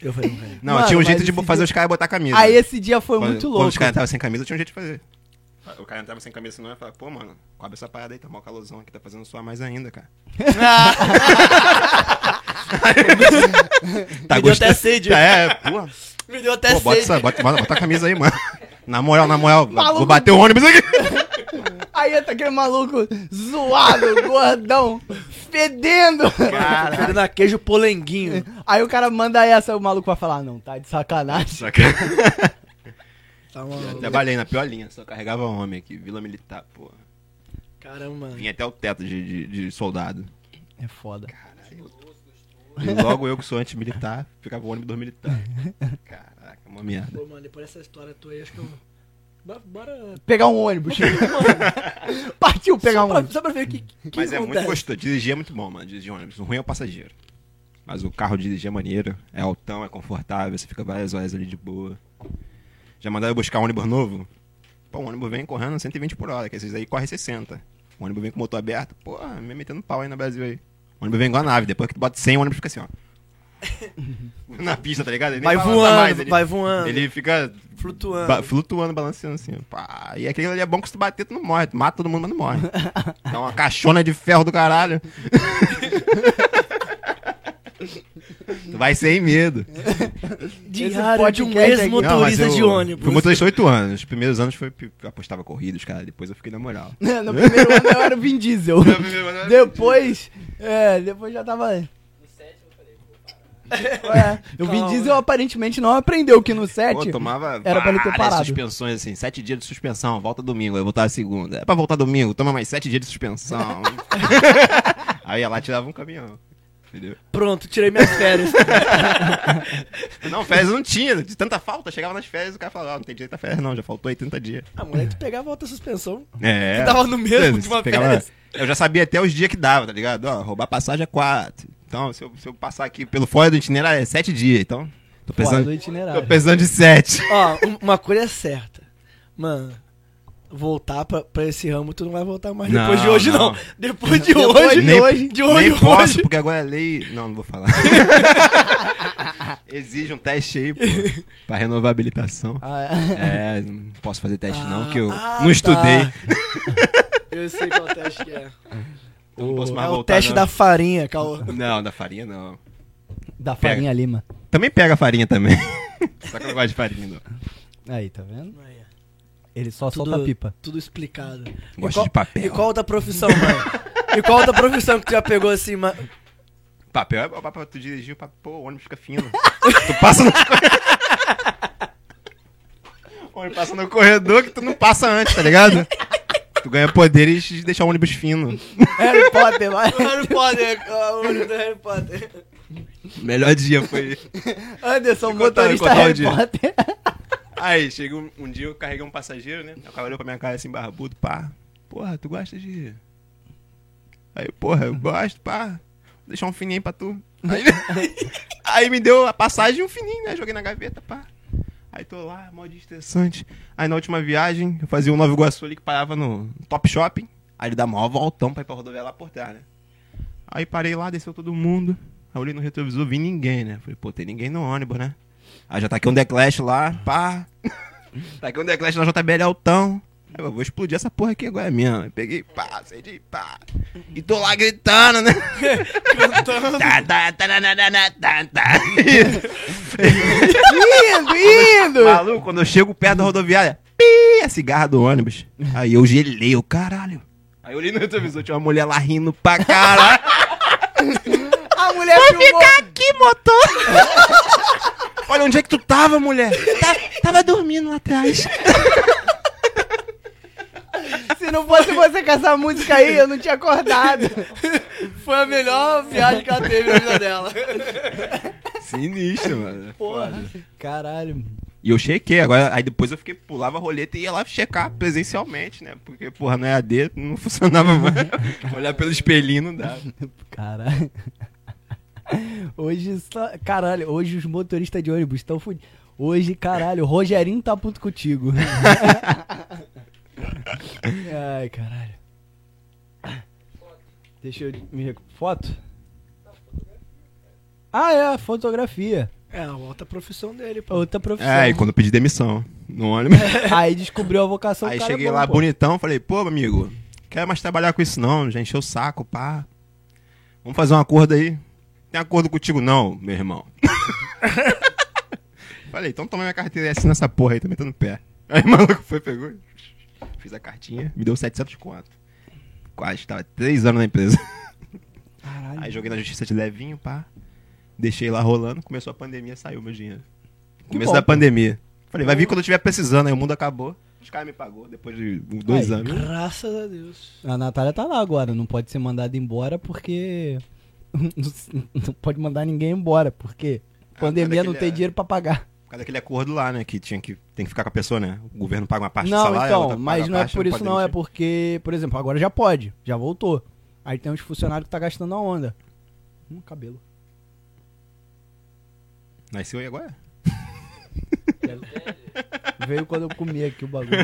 Eu faria um carinho.
Não,
Mano,
tinha um
mas
jeito de
esse
fazer
dia-
os caras botar camisa.
Aí esse dia foi
Quando-
muito
Quando
louco.
os caras estavam sem camisa, tinha um jeito de fazer. Ah, O cara entrava sem camisa, senão ia falar, pô, mano, cobre essa parada aí, tá mó calorzão aqui, tá fazendo suar mais ainda, cara. tá
Me deu até
gostando?
sede.
É, pô,
Me deu até
pô, bota,
sede.
essa, bota, bota- bota a camisa aí, mano. Na moral, na moral,
Maluco.
vou bater o ônibus aqui. (laughs)
Aí entra aquele maluco zoado, (laughs) gordão, fedendo.
Caralho. na queijo polenguinho.
Aí o cara manda essa, aí o maluco vai falar, não, tá de sacanagem.
Só que-
Tá maluco.
Trabalhei na pior linha, só carregava homem aqui, Vila Militar, pô.
Caramba.
Vinha até o teto de, de- de soldado.
É foda.
E logo eu que sou antimilitar, ficava o ônibus dos militares. Caraca, uma merda.
Pô, mano, depois dessa história tua aí, acho que eu. Ba- Bora.
Pegar um ônibus. (laughs) Partiu pegar um
só, pra,
ônibus.
só pra ver o que, (laughs) que
Mas é muito
acontece.
gostoso. Dirigir é muito bom, mano. Dirigir ônibus. O ruim é o passageiro. Mas o carro dirigir é maneiro. É altão, é confortável. Você fica várias horas ali de boa. Já mandaram eu buscar um ônibus novo? Pô, o ônibus vem correndo 120 por hora, que esses aí correm 60. O ônibus vem com o motor aberto. Pô, me metendo pau aí no Brasil aí. O ônibus vem igual a nave. Depois que tu bota 100, o ônibus fica assim, ó. (laughs) Na pista, tá ligado? Ele nem
Vai
balança
voando,
ele-
vai voando.
Ele fica
Flutuando.
Ba- flutuando, balanceando assim. ó. Pá. E aquele ali é bom que se tu bater, tu não morre. Tu mata todo mundo, mas não (laughs) morre. É uma caixona de ferro do (laughs) caralho. tu vai sem medo.
Esse
Diário de um
podcast aqui-
Não, mas
ex-motorista
eu
de ônibus.
Fui motorista oito anos. Os primeiros anos foi pi- apostava corridas, cara. Depois eu fiquei
(laughs)
na moral.
né? No primeiro ano eu era o Vin Diesel. (laughs) Depois, é, depois já tava... (laughs) É, o Vin
Calma.
Diesel aparentemente não aprendeu que no set...
Pô, tomava
Era pra ele ter
várias
parado.
suspensões, assim, sete dias de suspensão, volta domingo, aí voltava segunda. É pra voltar domingo, toma mais sete dias de
(laughs)
suspensão. aí ela tirava um caminhão. Entendeu?
Pronto, tirei minhas
(laughs)
férias.
Não, férias não tinha, de tanta falta, chegava nas férias e o cara falava, "Ah, não tem direito a férias não, já faltou 80 dias.
ah, moleque, tu pegava outra suspensão.
É.
Tu tava no mesmo de uma férias.
Eu já sabia até os dias que dava, tá ligado? Ó, roubar passagem é 4. Então, se eu, se eu passar aqui pelo fora do itinerário é 7 dias, então...
Fora
Tô
do
precisando,
itinerário.
tô precisando de 7.
Ó, um- uma coisa é certa. Mano, voltar pra, pra esse ramo, tu não vai voltar mais
Não,
depois de hoje, não.
não.
Depois (laughs) de
Depois
hoje,
de
de
hoje,
hoje, de hoje,
Nem
hoje.
posso, porque agora a lei... Não, não vou falar. Exige um teste aí, pô, pra renovar a habilitação.
Ah, é.
É, não posso fazer teste não,
Ah,
que eu
ah,
não estudei.
tá. Eu sei qual teste que é.
Então não posso
É
mais
o
voltar,
teste
não.
da farinha, Caô.
Não, da farinha não.
Da farinha lima.
Também pega farinha também. Só que eu não gosto de farinha, não.
Aí, tá vendo? Ele só
Tudo-
solta a
(laughs)
pipa.
Tudo explicado. E
Gosto
qual-
de papel.
E qual da profissão, mano? E qual da profissão que tu já pegou assim, mano?
Papel é papel, tu dirigiu, papel, pô, o ônibus fica fino. tu passa no corredor. O ônibus passa no corredor que tu não passa antes, tá ligado? tu ganha poderes de deixar o ônibus fino.
Harry Potter, vai.
Harry Potter, o olho do Harry Potter.
Melhor dia foi.
Anderson,
Vou contar- um
motorista
vou contar o
Harry
dia.
Potter. (laughs)
Aí, chega um, um dia, eu carreguei um passageiro, né? O cara olhou pra minha cara assim, barbudo, pá. Porra, tu gosta de. Aí, porra, eu gosto, pá. Vou deixar um fininho aí pra tu. Aí, (laughs) aí me deu a passagem e um fininho, né? Joguei na gaveta, pá. Aí tô lá, mó dia estressante. Aí na última viagem, eu fazia um Nova Iguaçu ali que parava no Top Shopping. Aí ele dá maior voltão pra ir pra rodoviária lá por trás, né? Aí parei lá, desceu todo mundo. Aí olhei no retrovisor, vi ninguém, né? Falei, pô, tem ninguém no ônibus, né? Aí já tá aqui um Declash lá, pá. tá aqui um Declash na JBL altão. Aí eu vou explodir essa porra aqui agora mesmo. Aí peguei, pá, acendi, pá. E tô lá gritando, né?
Cantando.
tá, tá, tá, tá, tá, tá, tá, tá.
Indo, indo.
Maluco, quando eu chego perto da rodoviária, pi, a cigarra do ônibus. Aí eu gelei, o caralho. Aí eu olhei no retrovisor, tinha uma mulher lá rindo pra (laughs) caralho. um
A mulher filmou.
aqui, motor! Olha, onde é que tu tava, mulher? Tá, tava dormindo lá atrás.
Se não fosse você com essa música aí, eu não tinha acordado.
Foi a melhor viagem que ela teve na vida dela.
Sinistro, mano. É
Porra. Caralho.
E eu chequei, agora aí depois eu fiquei, pulava a roleta e ia lá checar presencialmente, né? Porque, porra, na EAD não (laughs) funcionava mais. Olhar pelo espelhinho não dá.
Caralho. Hoje só... Caralho, hoje os motoristas de ônibus estão fudidos. Hoje, caralho, o Rogerinho tá puto contigo. Ai, caralho. Deixa eu me recu- Foto? Ah, é, fotografia.
É, a outra profissão dele, pô.
Outra profissão.
É, e quando eu pedi demissão no (laughs) ônibus.
Aí descobriu a vocação do
Aí
cara é
cheguei
bom,
lá
pô.
bonitão, falei, pô, meu amigo, quero mais trabalhar com isso não, já encheu o saco, pá. Vamos fazer um acordo aí. Tem acordo contigo não, meu irmão. (laughs) falei, então toma minha carteira e assina essa porra aí, também tá no pé. Aí o maluco foi, pegou, fiz a cartinha, me deu 700 conto. Quase, tava três anos na empresa.
Caralho.
Aí joguei na justiça de levinho, pá. Deixei lá rolando, começou a pandemia, saiu meu dinheiro. Começo
bom,
da
pô.
pandemia. Falei, vai vir quando eu estiver precisando, aí o mundo acabou. Os caras me pagou depois de uns dois
Aí,
anos.
Graças a Deus.
A Natália tá lá agora, não pode ser mandada embora porque. (laughs) não pode mandar ninguém embora, porque
Ah,
pandemia
cara,
não
aquele
tem
é-
dinheiro pra pagar.
Por causa daquele acordo lá, né? Que tinha que. Tem que ficar com a pessoa, né? O governo paga uma parte do
Não,
salário. a outra
então,
paga
mas
a
não é
parte,
por isso
pode
não, é
demitir.
porque, por exemplo, agora já pode, já voltou. Aí tem uns funcionários que tá gastando a onda. Hum, cabelo.
Nasceu aí agora?
Veio quando eu comi aqui o bagulho.
(laughs)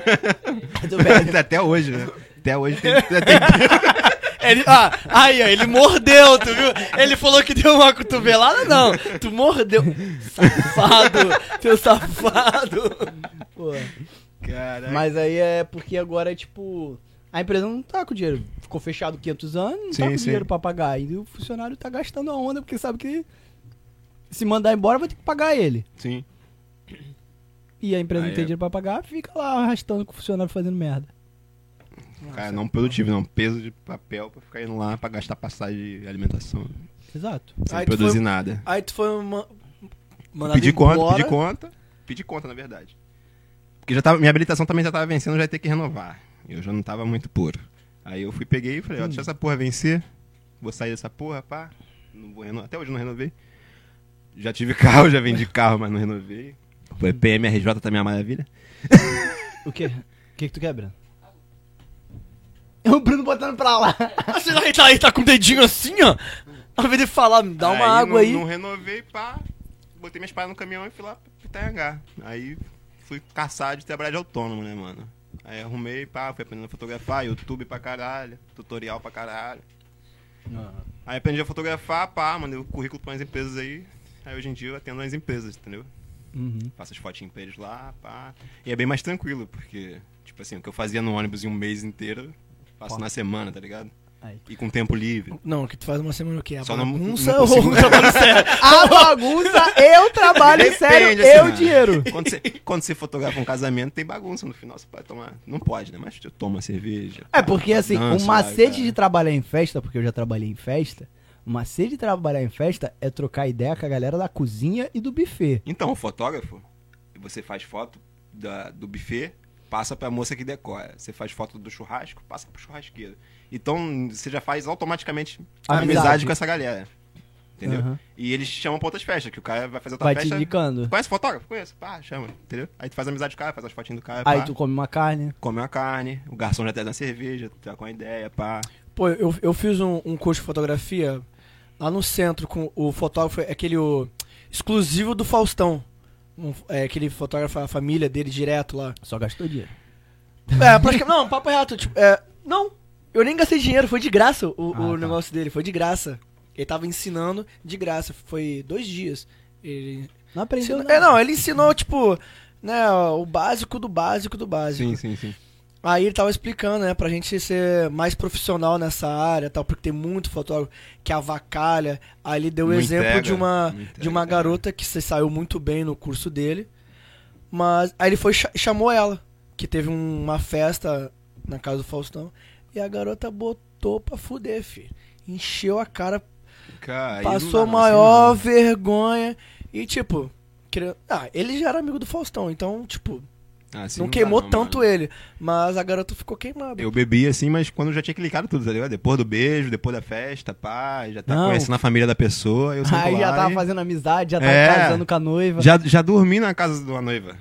Até hoje, né? Até hoje tem.
(laughs)
tem-
Ele, ah, aí, ó, ele mordeu, tu viu? Ele falou que deu uma cotovelada, não. Tu mordeu. Safado, teu safado.
Pô,
Caraca.
Mas aí é porque agora, tipo, a empresa não tá com dinheiro. Ficou fechado 500 anos, não
Sim,
tá com
sim.
dinheiro pra pagar. E o funcionário tá gastando a onda porque sabe que se mandar embora vai ter que pagar ele.
Sim.
E a empresa não
Aí
tem
é.
dinheiro pra pagar, fica lá arrastando com o funcionário fazendo merda.
Cara, não produtivo, não. Peso de papel pra ficar indo lá pra gastar passagem de alimentação.
Exato.
Sem
Aí tu
produzir
foi-
nada.
Aí tu foi uma. Mandado
Pedi
embora.
conta, pedi conta. Pedi conta, na verdade. Porque já tava, minha habilitação também já tava vencendo, já ia ter que renovar. Eu já não tava muito puro. Aí eu fui, peguei e falei, ó,
Hum.
deixa essa porra vencer. Vou sair dessa porra, pá. Não vou renovar. Até hoje eu não renovei. Já tive (laughs) carro, já vendi carro, mas não renovei. Foi PMRJ também é uma maravilha.
O quê? O que, que tu quer, Breno?
(laughs)
É o Bruno botando pra lá.
Ah, sei lá, ele tá, ele tá com o dedinho assim, ó. Ao invés de falar, me dá uma
Aí
água
não-
aí.
Não renovei, pá. Botei minhas paradas no caminhão e fui lá pra Itaiangá. Aí fui caçar de trabalhar de autônomo, né, mano? Aí arrumei, pá, fui aprendendo a fotografar, YouTube pra caralho, tutorial pra caralho. Aí aprendi a fotografar, pá, mandei o currículo pra umas empresas aí. Aí hoje em dia eu atendo umas empresas, entendeu?
Uhum.
Faço as fotinhas pra eles lá, pá. E é bem mais tranquilo, porque, tipo assim, o que eu fazia no ônibus em um mês inteiro, faço
Pô.
na semana, tá ligado?
Aí.
E com tempo livre.
Não, que tu faz uma semana o quê? A
Só não-
É bagunça
não
ou
consigo-
o trabalho sério?
A bagunça, eu trabalho
Depende,
sério,
assim,
eu
né?
dinheiro.
(laughs) Quando você, quando você fotografa um casamento, tem bagunça no final. Você pode tomar. Não pode, né? Mas você toma cerveja.
É porque assim,
Dança
o
lá,
macete
cara.
de trabalhar em festa, porque eu já trabalhei em festa, o macete de trabalhar em festa é trocar ideia com a galera da cozinha e do buffet.
Então, o fotógrafo, você faz foto da- do buffet, passa pra moça que decora. Você faz foto do churrasco, passa pro churrasqueiro. Então, você já faz automaticamente amizade,
Amizade.
com essa galera. Entendeu?
Aham.
E eles te chamam pra outras festas, que o cara vai fazer outra
Vai te
festa.
indicando.
Conhece fotógrafo? Conheço. Pá, chama. Entendeu? Aí tu faz amizade com o cara, faz as fotinhas do cara.
Aí
pá,
tu come uma carne.
come uma carne, o garçom já traz uma cerveja, troca uma ideia, pá.
Pô, eu, eu fiz um, um curso de fotografia lá no centro com o fotógrafo, é aquele o, exclusivo do Faustão. Um- é, aquele fotógrafo, a família dele direto lá.
Só gastou dinheiro.
É, praticamente. Não, papo reto. Tipo, é, não, eu nem gastei dinheiro, foi de graça o, o
Ah, tá.
negócio dele, foi de graça. Ele tava ensinando de graça, foi dois dias. Ele.
Não aprendeu
ensinou-
nada.
é, não, ele ensinou, tipo, né, o básico do básico do básico.
sim, sim.
Aí ele tava explicando, né, pra gente ser mais profissional nessa área e tal, porque tem muito fotógrafo que avacalha. Aí ele deu o
Não
exemplo
entrega,
de uma
não entrega,
de uma
né?
garota que se saiu muito bem no curso dele. Mas aí ele foi cha- chamou ela, que teve um- uma festa na casa do Faustão, e a garota botou pra fuder, filho. Encheu a cara,
Cara, aí não dá,
passou
não,
maior
assim
vergonha e tipo, queria- ah, ele já era amigo do Faustão, então, tipo,
não- assim
não
dá,
queimou
não,
tanto
mano.
ele, mas a garota ficou queimada.
Eu bebi assim, mas quando eu já tinha clicado tudo, tá ligado? Depois do beijo, depois da festa, pá, já tá
Não.
conhecendo a família da pessoa. Eu sento
Aí
lá
já tava
e-
fazendo amizade, já tava
É.
casando com a noiva.
já, já dormi na casa de uma noiva.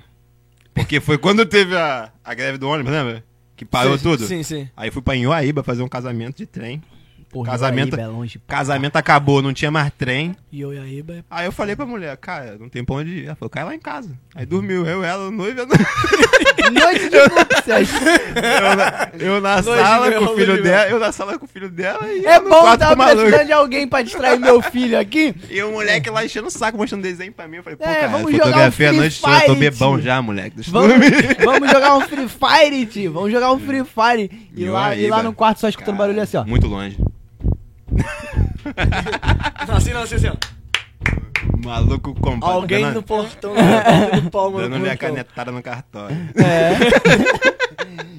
Porque foi quando teve a, a greve do ônibus, lembra? Que parou
Sim,
tudo.
Sim, sim.
Aí fui pra Inhoaíba fazer um casamento de trem.
Porra,
Casamento-
Ibaíba é longe. pra
Casamento acabou, não tinha mais trem.
E eu e a Iba é
Aí eu falei pra mulher, cara, não tem pra onde ir. Ela falou, cai lá em casa. Aí dormiu, eu, ela, o noivo. eu na- (laughs)
caralho. Noite de núpcias.
Eu na, eu na
Noivo
sala
meu,
com o filho
noivo
dela, eu na sala com o filho dela e
É
eu no
bom
quarto
tá
com o maluco. (laughs)
precisando de alguém pra distrair meu filho aqui.
E o moleque lá enchendo o saco, mostrando desenho pra mim. Eu falei, pô,
É,
cara,
vamos jogar
fotografia
um
à
Free
noite toda, eu tô
Fight.
bebão já, moleque. Deixa eu
Vamos,
dormir.
vamos jogar um Free Fire, tio. Vamos jogar um Free Fire. (laughs) E,
Eu
lá,
aí,
e lá
mano.
no quarto só escutando barulho assim, ó.
Muito longe.
Tá,
Assim, não, assim, assim, ó.
Maluco comprando.
Alguém
dando,
no portão, né? dando um palma
(laughs) dando minha
portão.
canetada no cartório.
É. (laughs)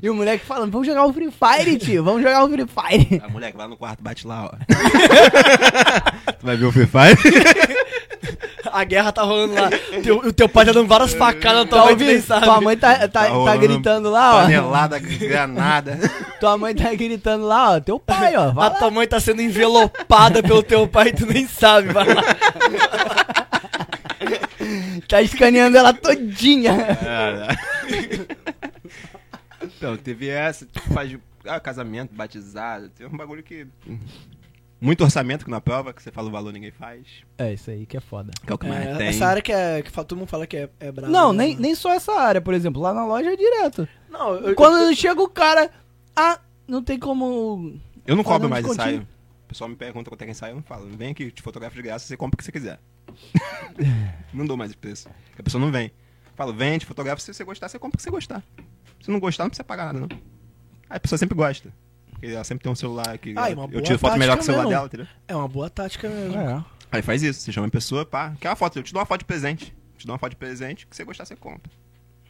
E o moleque falando, vamos jogar um Free Fire, tio. Vamos jogar um Free Fire.
Ah, moleque, vai lá no quarto, bate lá, ó. (laughs) tu vai ver o Free Fire?
A guerra tá rolando lá. Teu- o teu pai tá dando várias facadas na tua
Tá
mãe, tu nem
ouvindo?
sabe.
Tua mãe tá, tá, tá
rolando
gritando lá, Tá, ó.
Panelada, granada.
Tua mãe tá gritando lá, ó. Teu pai, ó. Vai
A
lá.
(laughs)
tua mãe tá sendo envelopada pelo teu pai, tu nem sabe, vai lá.
Tá escaneando ela todinha.
então, teve essa, tipo, faz ah, casamento, batizado, tem um bagulho que... Muito orçamento que na prova, que você fala o valor ninguém faz.
É, isso aí que é foda.
Que é o que mais
É,
tem.
essa área que, é, que fa- todo mundo fala que é, é brava.
Não,
né?
nem, nem só essa área, por exemplo. Lá na loja é direto.
Não, eu,
Quando chega o cara, ah, não tem como.
Eu não cobro
Falando
mais
de
ensaio.
continho.
O pessoal me pergunta quanto é que é ensaio, eu não falo. Vem aqui, te fotografo de graça, você compra o que você
(laughs)
quiser. não dou mais esse preço. A pessoa não vem. Falo, vem, te fotografo, se você gostar, você compra o que você gostar. Se não gostar, não precisa pagar nada, não. Aí a pessoa sempre gosta. Porque ela sempre tem um celular que
Ah, e uma
eu
boa
tiro foto melhor que o
tática
celular
mesmo.
dela, entendeu?
É uma boa tática mesmo.
É.
Aí faz isso, você chama a pessoa, pá, quer uma foto, eu te dou uma foto de presente. Te dou uma foto de presente, que você gostar, você compra.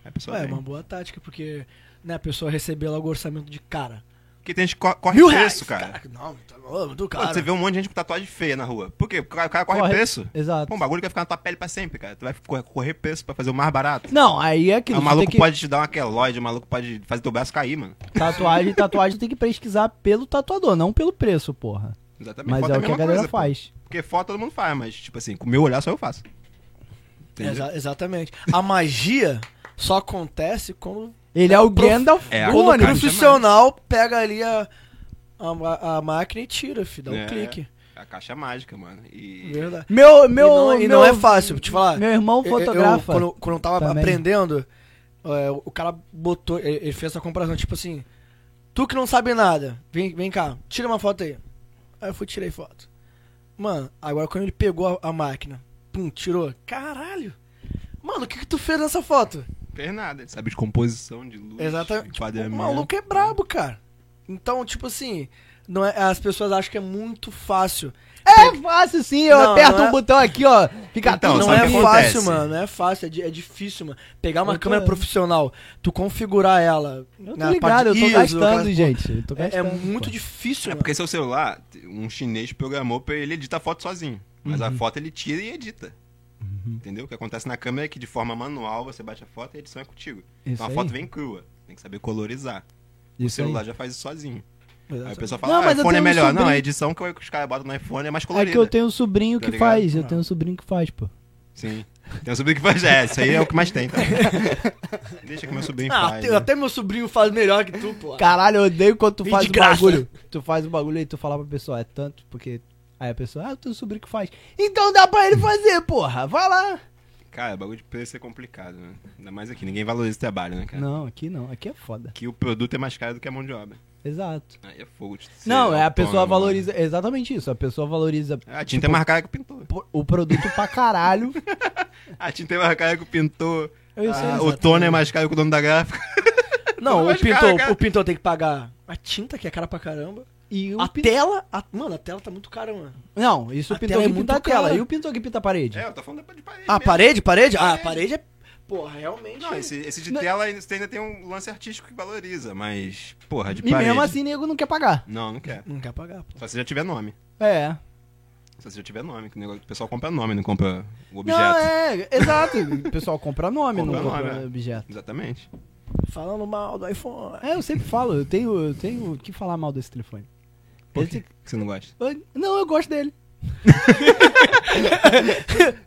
Aí a pessoa
É
vem.
uma boa tática, porque né, a pessoa recebeu logo o orçamento de cara.
Porque tem gente que co- corre
Mil reais!
preço, cara.
Não, tá louco, do
Pô,
cara.
você vê um monte de gente com tatuagem feia na rua. Por quê? Porque o cara, o cara corre, preço.
Exato.
Pô, um bagulho que vai ficar na tua pele pra sempre, cara. Tu vai correr, correr preço pra fazer o mais barato.
Não, aí é
Aí
aquilo.
o
você
maluco
tem que...
pode te dar uma queloide, o maluco pode fazer teu braço cair, mano.
Tatuagem, tatuagem tem que pesquisar pelo tatuador, não pelo preço, porra.
Exatamente.
Mas
Foto
é o que a
mesma
galera
coisa, pô.
faz.
Porque foto todo mundo faz, mas, tipo assim, com o meu olhar só eu faço. Entendeu?
Exa- exatamente. A magia só acontece quando,
Ele é o
Prof-
Gandalf
É,
do
quando o
cara,
ônibus.
isso é
profissional pega ali a, a, ma- a máquina e tira, filho, dá um
É.
clique.
A caixa é mágica, mano. E.
Verdade.
Meu,
E
meu,
não- e
meu,
não é fácil, te falar.
Meu irmão
Eu-
fotografa.
Eu, quando, quando eu tava
também.
aprendendo, é, o cara botou, ele ele fez essa comparação, tipo assim, tu que não sabe nada, vem, vem cá, tira uma foto aí. Aí eu fui, tirei foto. Mano, agora quando ele pegou a, a máquina, pum, tirou, caralho. Mano, o que que tu fez nessa foto?
Fez nada. ele Sabe de composição, de luz.
Exatamente.
De
Tipo, o
enquadramento.
maluco é brabo, cara. Então, tipo assim, não é, as pessoas acham que é muito fácil.
É fácil sim, eu
Não,
aperto
não
um
é-
botão aqui, ó. Fica
Então,
tudo
não
sabe
é
o que acontece?
fácil, mano. Não é fácil, é, di- é difícil, mano. Pegar uma
Eu tô-
câmera profissional, tu configurar ela.
Eu tô
na
ligado, eu
parte
tô
ISO, aquelas-
gastando, gente. Eu tô
É, é
gastando,
muito
pô.
difícil,
É
mano.
porque seu celular, um chinês programou pra ele editar a foto sozinho. Mas
Uhum.
a foto ele tira e edita. Entendeu? O que acontece na câmera é que de forma manual você bate a foto e a edição é contigo.
Isso
então a
aí.
foto vem crua. Tem que saber colorizar. o
Isso aí.
celular já faz isso sozinho. Aí a
Exatamente.
pessoa fala,
Não,
ah,
mas eu
iPhone é
tenho um
melhor. Não,
sobrinho-
a edição que os caras botam no iPhone é mais
É
colorida.
que eu tenho um sobrinho
Tá
que
ligado?
faz, eu
Ah.
tenho um sobrinho que faz, pô.
Sim. Tem um sobrinho que faz. É, isso aí é o que mais tem,
(laughs)
tá? Deixa que meu sobrinho
Ah,
faz.
até,
né?
até meu sobrinho faz melhor que tu,
Ah.
pô.
Caralho, eu odeio quando tu
E
faz
de
o
graça.
bagulho. Tu faz o bagulho e tu fala pra pessoa, é tanto, porque. Aí a pessoa, ah, o teu sobrinho que faz. Então dá pra ele fazer, porra. Vai lá.
Cara, bagulho de preço é complicado, né? Ainda mais aqui. Ninguém valoriza o trabalho, né, cara?
Não, aqui não. Aqui é foda.
Que o produto é mais caro do que a mão de obra.
Exato.
Aí é fogo. de ser
não, é a
autônomo,
pessoa
né?
valoriza. Exatamente isso. A pessoa valoriza
A
tipo,
tinta é mais cara que o pintor.
po- o produto pra caralho.
A tinta é mais cara que o pintor.
Eu
Ah,
sei.
o Tony é mais caro que o dono da gráfica.
Não, o
Mas, cara,
pintor,
cara-
o pintor tem que pagar a tinta, que é cara pra caramba.
E o
A
pin-
tela. a- Mano, a tela tá muito cara, mano.
Não, isso
a
o pintor
tela é
que pinta a
muito
tela.
cara.
E o pintor que pinta a parede?
É, eu tô falando de parede.
Ah,
mesmo.
parede? Parede? Ah,
Parede.
parede é. Porra, realmente.
Não, esse, esse de
Não.
tela ainda você ainda tem um lance artístico que valoriza, mas, porra, de
e
parede.
mesmo assim, nego não quer pagar.
Não, não quer.
Não quer pagar, pô.
Só se já tiver nome.
É.
Só se já tiver nome, que o negócio- o pessoal compra nome, não compra o objeto.
Não, é, exato. O pessoal compra nome,
Compra
não
nome,
compra
é.
objeto.
Exatamente.
Falando mal do iPhone.
É, eu sempre falo, eu tenho, eu tenho o que falar mal desse telefone.
Por
Esse-
que que você não gosta?
eu- não, eu gosto
(laughs)
dele.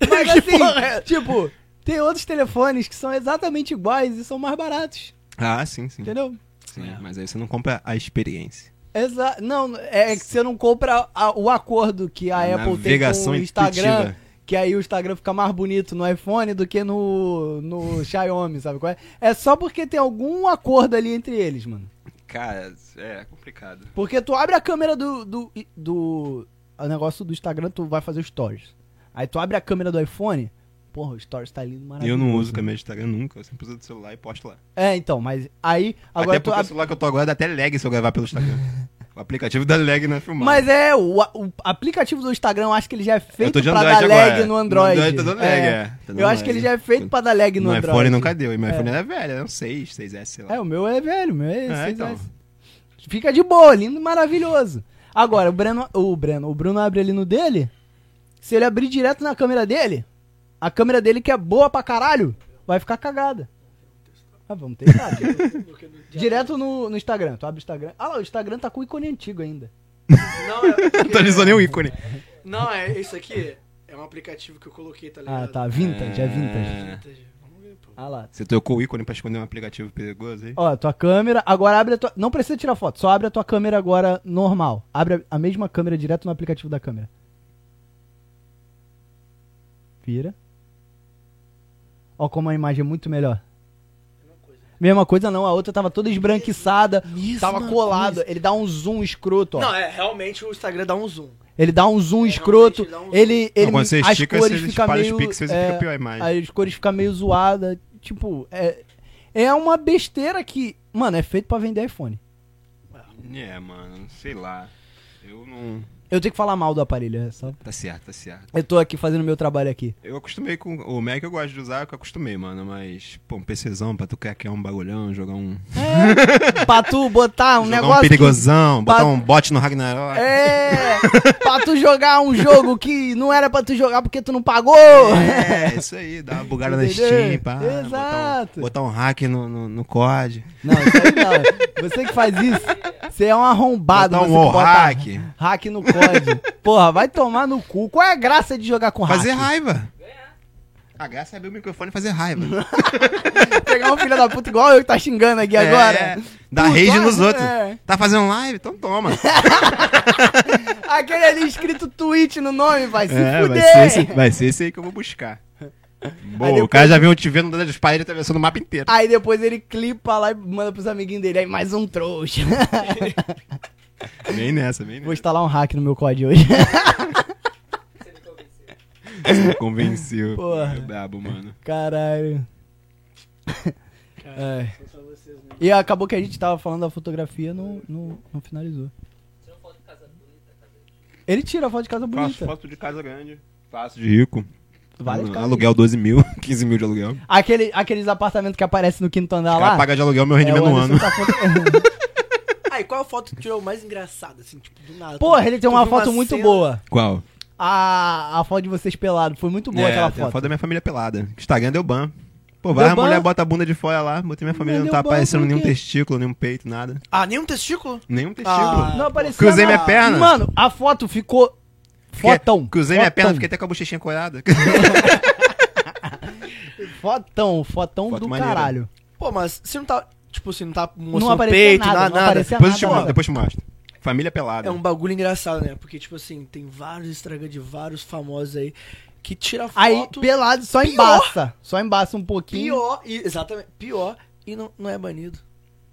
Mas
porra é?
assim, tipo, tem outros telefones que são exatamente iguais e são mais baratos,
Ah, sim, sim.
entendeu?
Sim,
É.
Mas aí você não compra a experiência.
Exa não, é que você não compra a- o acordo que a,
A
Apple tem com
navegação
o Instagram,
intuitiva.
que aí o Instagram fica mais bonito no iPhone do que no, no Xiaomi, sabe qual é? É só porque tem algum acordo ali entre eles, mano.
Cara, é complicado.
Porque tu abre a câmera do, do, do o negócio do Instagram, tu vai fazer stories. Aí tu abre a câmera do iPhone, porra, o stories tá lindo,
E
maravilhoso.
eu não uso câmera de Instagram nunca, eu sempre uso do celular e posto lá.
É, então, mas aí agora
até
tu
porque o
abre...
celular que eu tô agora dá até lag se eu gravar pelo Instagram. o aplicativo dá lag na filmagem.
Mas é, o, o aplicativo do Instagram, eu acho que ele já é
Eu
feito
tô de
pra dar
Android
lag
agora.
no Android.
No Android tá dando lag, é. Tá dando
Eu acho que
lag.
ele já é feito pra dar lag no,
no
Android. né?
iPhone nunca deu, e meu iPhone era velho, era um 6, 6S, sei lá. (laughs)
É, o meu é velho, o meu é,
É,
6S.
então.
Fica de boa, lindo e maravilhoso. Agora, o Breno, o Breno, o Bruno abre ali no dele. Se ele abrir direto na câmera dele, a câmera dele que é boa pra caralho, vai ficar cagada. Ah, vamos tentar. direto no, no Instagram. Tu abre o Instagram. Ah lá, o Instagram tá com o ícone antigo ainda.
Não, é porque-
(laughs)
Atualizou nem o ícone.
Não, é isso aqui. É um aplicativo que eu coloquei, tá ligado?
Ah, tá. Vintage, é vintage.
Vintage. Vamos ver, pô.
Ah lá.
Você trocou o ícone pra esconder um aplicativo perigoso aí?
Ó, tua câmera, agora abre a tua. Não precisa tirar foto, só abre a tua câmera agora normal. Abre a- a mesma câmera direto no aplicativo da câmera. Vira. Ó, como a imagem é muito melhor. Mesma coisa não, a outra tava toda esbranquiçada, tava colado. Ele dá um zoom escroto, ó.
Não, é realmente o Instagram dá um zoom.
Ele dá um zoom
É,
escroto.
realmente, ele dá um zoom.
Ele, ele
Não, quando você
as
estica,
cores
você
fica
espalha
meio,
os pixels
é,
e fica pior a imagem.
as cores ficam meio zoadas. Tipo, é, é uma besteira que, mano, é feito pra vender iPhone.
É, mano, sei lá. Eu não.
Eu tenho que falar mal do aparelho, é só.
Tá certo, tá certo.
Eu tô aqui fazendo meu trabalho aqui.
Eu acostumei com. O Mac eu gosto de usar, eu que acostumei, mano. Mas, pô, um PCzão pra tu criar um bagulhão, jogar um.
É, pra tu botar um
(laughs) jogar
negócio.
um perigosão, botar
pra-
um bot no Ragnarok.
Que... É! pra tu jogar um jogo que não era pra tu jogar porque tu não pagou!
É, isso aí, dá uma bugada na
Entendeu?
Steam, pá.
Exato.
Botar um, botar um hack no, no, no COD.
Não, isso aí não. Você que faz isso, você é um arrombado.
Botar um
você que
wall
bota
hack.
Hack no código. Porra, vai tomar no cu. Qual é a graça de jogar com hack?
Fazer raiva. A graça é abrir o microfone e fazer raiva.
Pegar um filho da puta igual eu que tá xingando aqui
É,
agora.
Dá
Puta,
rage nos
é.
outros. Tá fazendo live? Então
(laughs)
toma.
Aquele ali escrito tweet no nome, vai se
É, vai
fuder.
ser, esse, vai ser esse aí que eu vou buscar. Bom,
depois-
o cara já veio te vendo andando de paredes atravessando o mapa inteiro.
Aí depois ele clipa lá e manda pros amiguinhos dele. Aí mais um trouxa. (laughs)
Vem nessa, vem
Vou
nessa.
instalar um hack no meu código hoje.
Me Convenceu.
Porra.
É brabo, mano.
Caralho.
Cara,
É.
são só vocês, né?
E acabou que a gente tava falando da fotografia, não, não, não finalizou. Ele tira a foto de casa bonita.
foto de casa grande. Faço de rico.
Várias casas.
aluguel 12 mil, (laughs) 15 mil de aluguel.
Aquele, aqueles apartamentos que aparecem no quinto andar
O
Tá lá.
cara paga de aluguel meu
é,
rendimento
o
no
Anderson
ano.
tá foto- (laughs)
Ah, e qual a foto que tirou mais engraçada, assim, tipo, do nada?
Porra, ele tem
Tu
uma
viu
foto muito
cena-
boa.
Qual?
A, a foto de vocês pelado. Foi muito boa
é,
aquela
tem a
foto.
foto da minha família pelada. Instagram deu ban. Pô, vai
Deu
a
ban?
mulher bota a bunda de fora lá. Botei minha família,
Mas deu
não tá
ban
aparecendo
por
nenhum
quê?
testículo, nenhum peito, nada.
Ah, nenhum testículo?
Nenhum testículo.
Ah,
Não apareceu.
Cruzei
nada.
minha perna.
Mano, a foto ficou.
Fiquei-
Fotão.
Cruzei minha
fotão,
perna, fiquei até com a bochechinha corada. (laughs)
Fotão, fotão
Foto
do
maneira.
caralho.
Pô, mas se não tá, tipo, se não tá
Não
mostrando
aparecia
peito,
nada,
nada,
não
nada.
aparecia
Depois eu te
nada.
mostro, depois eu te mostro. Família pelada.
É um bagulho engraçado, né? Porque, tipo assim, tem vários Instagram de vários famosos aí que tira foto...
Aí, pelado, só
Pior.
embaça. Só embaça um pouquinho.
Pior, e, exatamente, pior, e não, não é banido.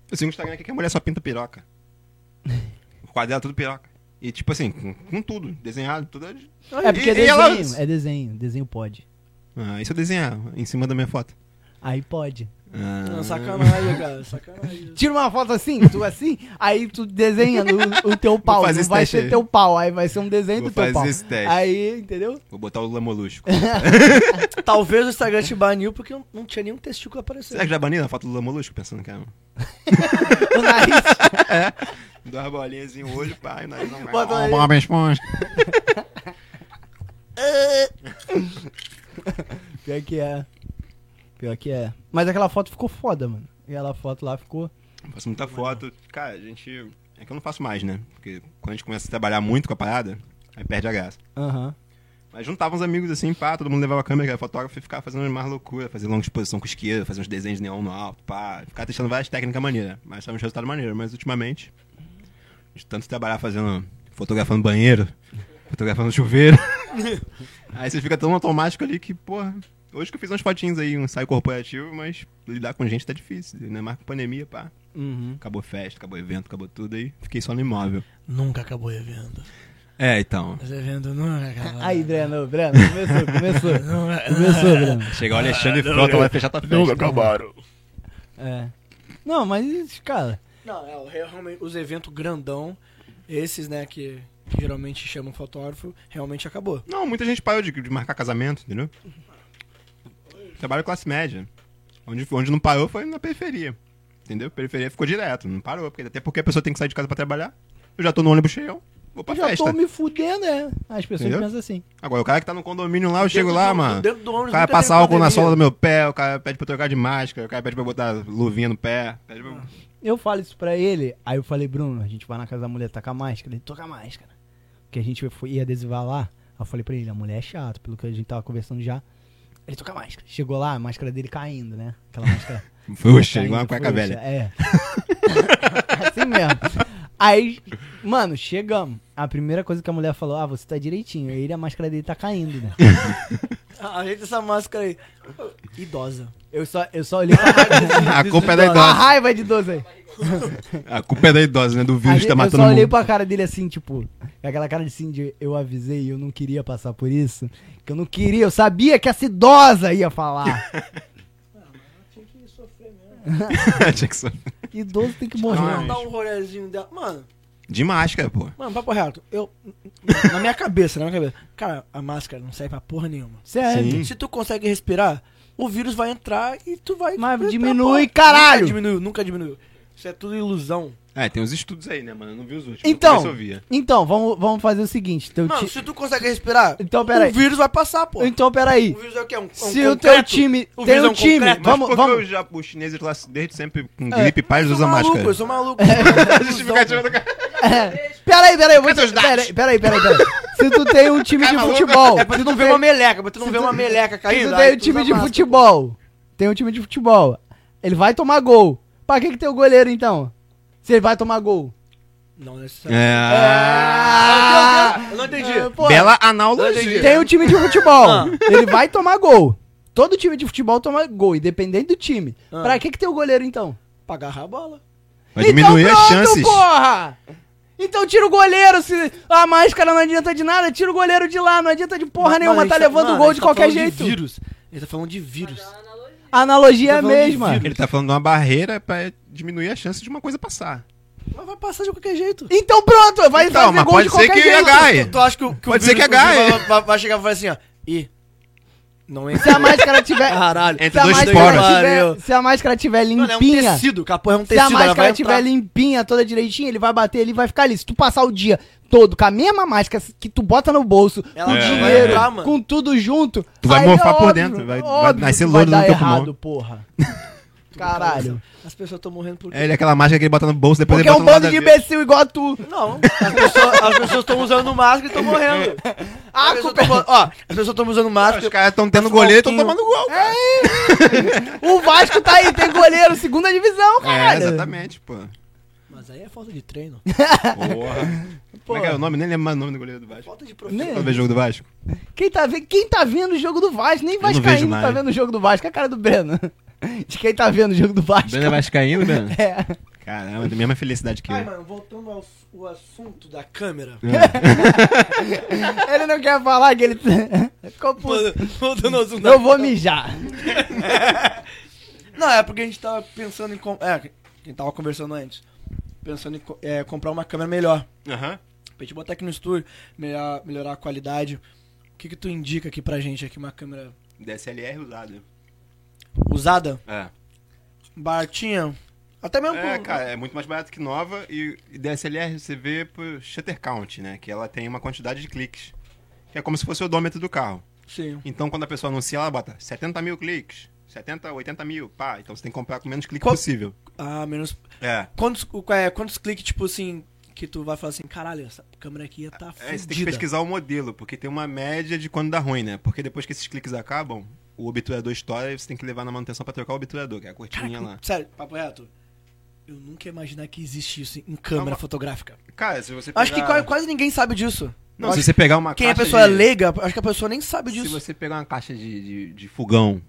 Eu sigo um Instagram aqui que a mulher só
(laughs)
pinta piroca. O quadro dela é tudo piroca. E tipo assim, com, com tudo, desenhado, tudo.
É porque
E-
é
e
desenho.
ela-
É desenho. Desenho pode.
Ah, isso eu desenhar em cima da minha foto.
Aí pode.
Ah,
Não, sacanagem, cara, sacanagem.
Tira uma foto assim, tu assim, aí tu desenha no- o teu pau.
Vou fazer
Não
esse
vai
teste
ser
aí.
teu pau. Aí vai ser um desenho
Vou
do teu
fazer
pau.
esse teste.
Aí, entendeu?
Vou botar o Lula Molusco.
Talvez o Instagram te baniu porque não, não tinha nenhum
(laughs)
testículo aparecendo.
Será que já baniram a foto do Lula Molusco? Pensando que é um.
O um nariz.
Duas bolinhas assim, o olho, pai, nós não
Bota aí.
Bob Esponja.
Pior que é. Pior que é. Mas aquela foto ficou foda, mano. E aquela foto lá ficou.
Faço muita foto. Cara, a gente. É que eu não faço mais, né? Porque quando a gente começa a trabalhar muito com a parada, aí perde a graça.
Aham.
Mas juntava uns amigos assim, pá, todo mundo levava a câmera, que era fotógrafo, e ficava fazendo mais loucura, fazer longa exposição com isqueiro, fazer uns desenhos um de neon no alto, pá. Ficava testando várias técnicas maneiras, mas tava uns resultados maneiros. Mas ultimamente, de tanto trabalhar fazendo, fotografando banheiro, fotografando chuveiro. (laughs) aí você fica tão automático ali que, porra, hoje que eu fiz umas fotinhas aí, um ensaio corporativo, mas lidar com gente tá difícil, né? Mais com pandemia, pá.
Uhum.
Acabou festa, acabou evento, acabou tudo aí. Fiquei só no imóvel.
Nunca acabou o evento.
É, então.
Mas evento nunca acabou. né?
Aí, Breno, Breno, começou, começou. Começou, Breno.
Chegar o Alexandre Frota vai fechar tua festa.
acabaram.
É. Não, mas, cara,
Não, é, o- realmente, os eventos grandão, esses, né, que, que geralmente chamam fotógrafo, realmente acabou.
Não, muita gente parou de, de marcar casamento, entendeu? Trabalho classe média. Onde, onde não parou foi na periferia. Entendeu? Periferia ficou direto, não parou. Porque, até porque a pessoa tem que sair de casa pra trabalhar. Eu já tô no ônibus cheio, vou pra
já
festa.
tô me fudendo, é. As pessoas
Entendeu?
pensam assim.
Agora, o cara que tá no condomínio lá, eu chego
Dentro
lá,
do-
mano.
Dentro do ônibus,
O cara
nunca
passa
teve
álcool na
pandemia.
sola do meu pé, o cara pede pra eu trocar de máscara, o cara pede pra eu botar luvinha no pé. Pede pra...
Eu falo isso pra ele, aí eu falei, Bruno, a gente vai na casa da mulher tacar máscara. Ele toca máscara. Porque a gente foi, ia adesivar lá. Aí eu falei pra ele, a mulher é chata, pelo que a gente tava conversando já. Ele toca máscara. Chegou lá, a máscara dele caindo, né? Aquela
(laughs)
máscara.
Fuxa, igual
caindo,
uma cueca
frouxa,
velha.
É. (laughs) assim mesmo. Aí, mano, chegamos. A primeira coisa que a mulher falou, ah, você tá direitinho. Aí ele, a máscara dele tá caindo,
(laughs)
né?
Ah, Ajeita essa máscara aí. Idosa.
Eu só, eu só olhei pra raiva desse-
(laughs) A
desse
culpa é da
idoso. A
idosa.
raiva de idoso aí.
A culpa é da idosa, né? Do
Aí
vírus que tá
eu
matando
só
o
olhei
mundo.
pra cara dele assim, tipo, com aquela cara de assim, de eu avisei, eu não queria passar por isso. Que eu não queria, eu sabia que essa idosa ia
(laughs)
falar.
(laughs) Tinha que ser-
Idoso tem que
Ah,
morrer.
Não, dá um rolezinho dela. Mano,
De máscara, pô.
mano, papo reto. Eu. Na minha cabeça, na minha cabeça. Cara, a máscara não serve pra porra nenhuma.
Sério.
Sim.
Se tu consegue respirar, o vírus vai entrar e tu vai.
Mas
vai
diminui,
pra porra.
caralho!
Nunca diminuiu, nunca diminuiu. Isso é tudo ilusão.
É, tem uns estudos aí, né, mano? Eu não vi os últimos.
Então,
No começo Eu via.
então vamos, vamos fazer o seguinte. então Teu
Mano,
ti-
se tu consegue respirar,
Então, pera aí.
o vírus vai passar, pô.
Então, peraí.
O vírus é o quê? Um, um
Se o
concreto?
teu time.
O
tem
vírus é
um
um
time.
concreto?
Mas
Vamos,
por que
vamos.
os ja- os chineses lá desde sempre com
É.
gripe pá, eles
Eu sou
usam
maluco,
máscara?
eu
(laughs)
sou maluco. É.
(laughs)
então,
Justificativa do cara.
É, Peraí, peraí, eu vou
Cadê
te...
os dados?
peraí, peraí, peraí, peraí. Se tu tem um time de
Cara maluco. é
futebol.
pra tu não ver uma meleca, pra tu não ver uma meleca
Se
caindo.
tu
né?
aí
tem um
tu tá
time
usa
de
máscara.
futebol, tem um time de futebol, ele vai tomar gol. Pra que que tem o goleiro, então? Se ele vai tomar gol.
Não, necessariamente.
É.
Eu não entendi.
É, pô,
Bela Então analogia.
Tem um time de futebol,
Ah.
ele vai tomar gol. Todo time de futebol toma gol, independente do time.
Ah.
Pra que que tem o goleiro, então?
Pra agarrar a bola.
Vai diminuir
então,
as
pronto,
chances.
porra! Então tira o goleiro, se a máscara não adianta de nada, tira o goleiro de lá, não adianta de porra
Mano,
nenhuma,
ele
tá levando
mano,
gol
ele
de
tá
qualquer
falando de
jeito.
vírus. Ele tá falando de vírus.
A analogia é a
Ele tá falando de
mesma.
vírus.
Ele tá falando de uma barreira pra diminuir a chance de uma coisa passar.
Mas vai passar de qualquer jeito.
Então pronto, vai
Então,
fazer
mas
gol de
pode ser
qualquer
que
jeito.
agarre.
Tu, tu acha que, o- que
Pode
o
ser
vírus,
que é agarre.
o vírus vai, vai chegar e vai falar assim, ó. Ih, não
Se a
entra.
máscara tiver.
(laughs) Caralho.
Entre
se, a
dois
máscara
poros.
tiver
Valeu.
se a máscara tiver
Mano, é um
limpinha.
tecido, capô, é um
se
tecido.
a
ela vai
máscara
entrar.
tá?
tiver limpinha, toda direitinha, ele vai bater, ele vai ficar ali. Se tu passar o dia todo com a mesma máscara que tu bota no bolso,
Ela
com
vai
dinheiro,
entrar, mano.
com tudo junto.
Tu vai
aí é
morfar por dentro, vai- vai nascer
que
louro
vai
no
dar
teu
errado,
pulmão. (laughs)
porra. Caralho.
As pessoas estão morrendo por quê?
É ele, aquela máscara que ele bota no bolso, depois
Porque é
ele
um
bota no
bando de
lado da-
imbecil igual tu.
Não, as pessoas- as pessoas estão usando máscara e estão morrendo.
Ah,
As pessoas
culpa- (laughs)
tão- ó, as pessoas estão usando
Os
máscara.
caras estão tendo goleiro e estão tomando gol. cara.
O Vasco tá aí, tem goleiro, segunda divisão,
É,
caralho.
exatamente, pô.
Mas aí é falta de treino.
Porra. Como é que é o nome? Nem lembro mais o nome do goleiro do Vasco.
(laughs) Falta de
Né?
profissional.
Pra ver jogo do Vasco.
Quem tá, ve- quem tá vendo o jogo do Vasco, nem
não vejo
Vascaíno tá
mais.
vendo o jogo do Vasco, é a cara do Breno. (laughs) De quem tá vendo o jogo do Vasco.
Vascaíno, Breno? é
(laughs) É.
Caramba, tem a mesma felicidade que
Ai,
eu.
mano, voltando ao s- o assunto da câmera.
Ele não quer falar que ele. tá- (laughs) Ficou puto.
Mano, voltando ao assunto da
Eu vou mijar.
Não, é porque a gente tava pensando em. com- É, a gente tava conversando antes. Pensando em co- é, comprar uma câmera melhor.
Aham.
Pra gente botar aqui no estúdio, melhorar, melhorar a qualidade. O que, que tu indica aqui pra gente aqui? Uma câmera
DSLR usado.
usada?
É.
Baratinha? Até mesmo
É,
com-
cara, é muito mais barato que nova e e DSLR você vê por shutter count, né? Que ela tem uma quantidade de cliques. Que é como se fosse o odômetro do carro.
Sim.
Então quando a pessoa anuncia, ela bota 70 mil cliques, 70, 80 mil, pá. Então você tem que comprar com o menos clique
Qual-
possível.
Ah, menos.
É.
Quantos, o- é, quantos cliques, tipo assim, que tu vai falar assim, caralho, essa câmera aqui ia
É,
tá fudida.
você tem que pesquisar o modelo, porque tem uma média de quando dá ruim, né? Porque depois que esses cliques acabam, o obturador estoura e você tem que levar na manutenção pra trocar o obturador, que é a
Cara,
cortininha lá.
sério, papo reto. Eu nunca ia imaginar que existe isso em câmera
Calma.
fotográfica.
Cara, se você
Acho que quase, quase ninguém sabe disso.
Não,
Acho
se você pegar uma
Quem a
caixa
pessoa é
de-
leiga, acho que a pessoa nem sabe
Se
disso.
você pegar uma caixa de, de, de fogão,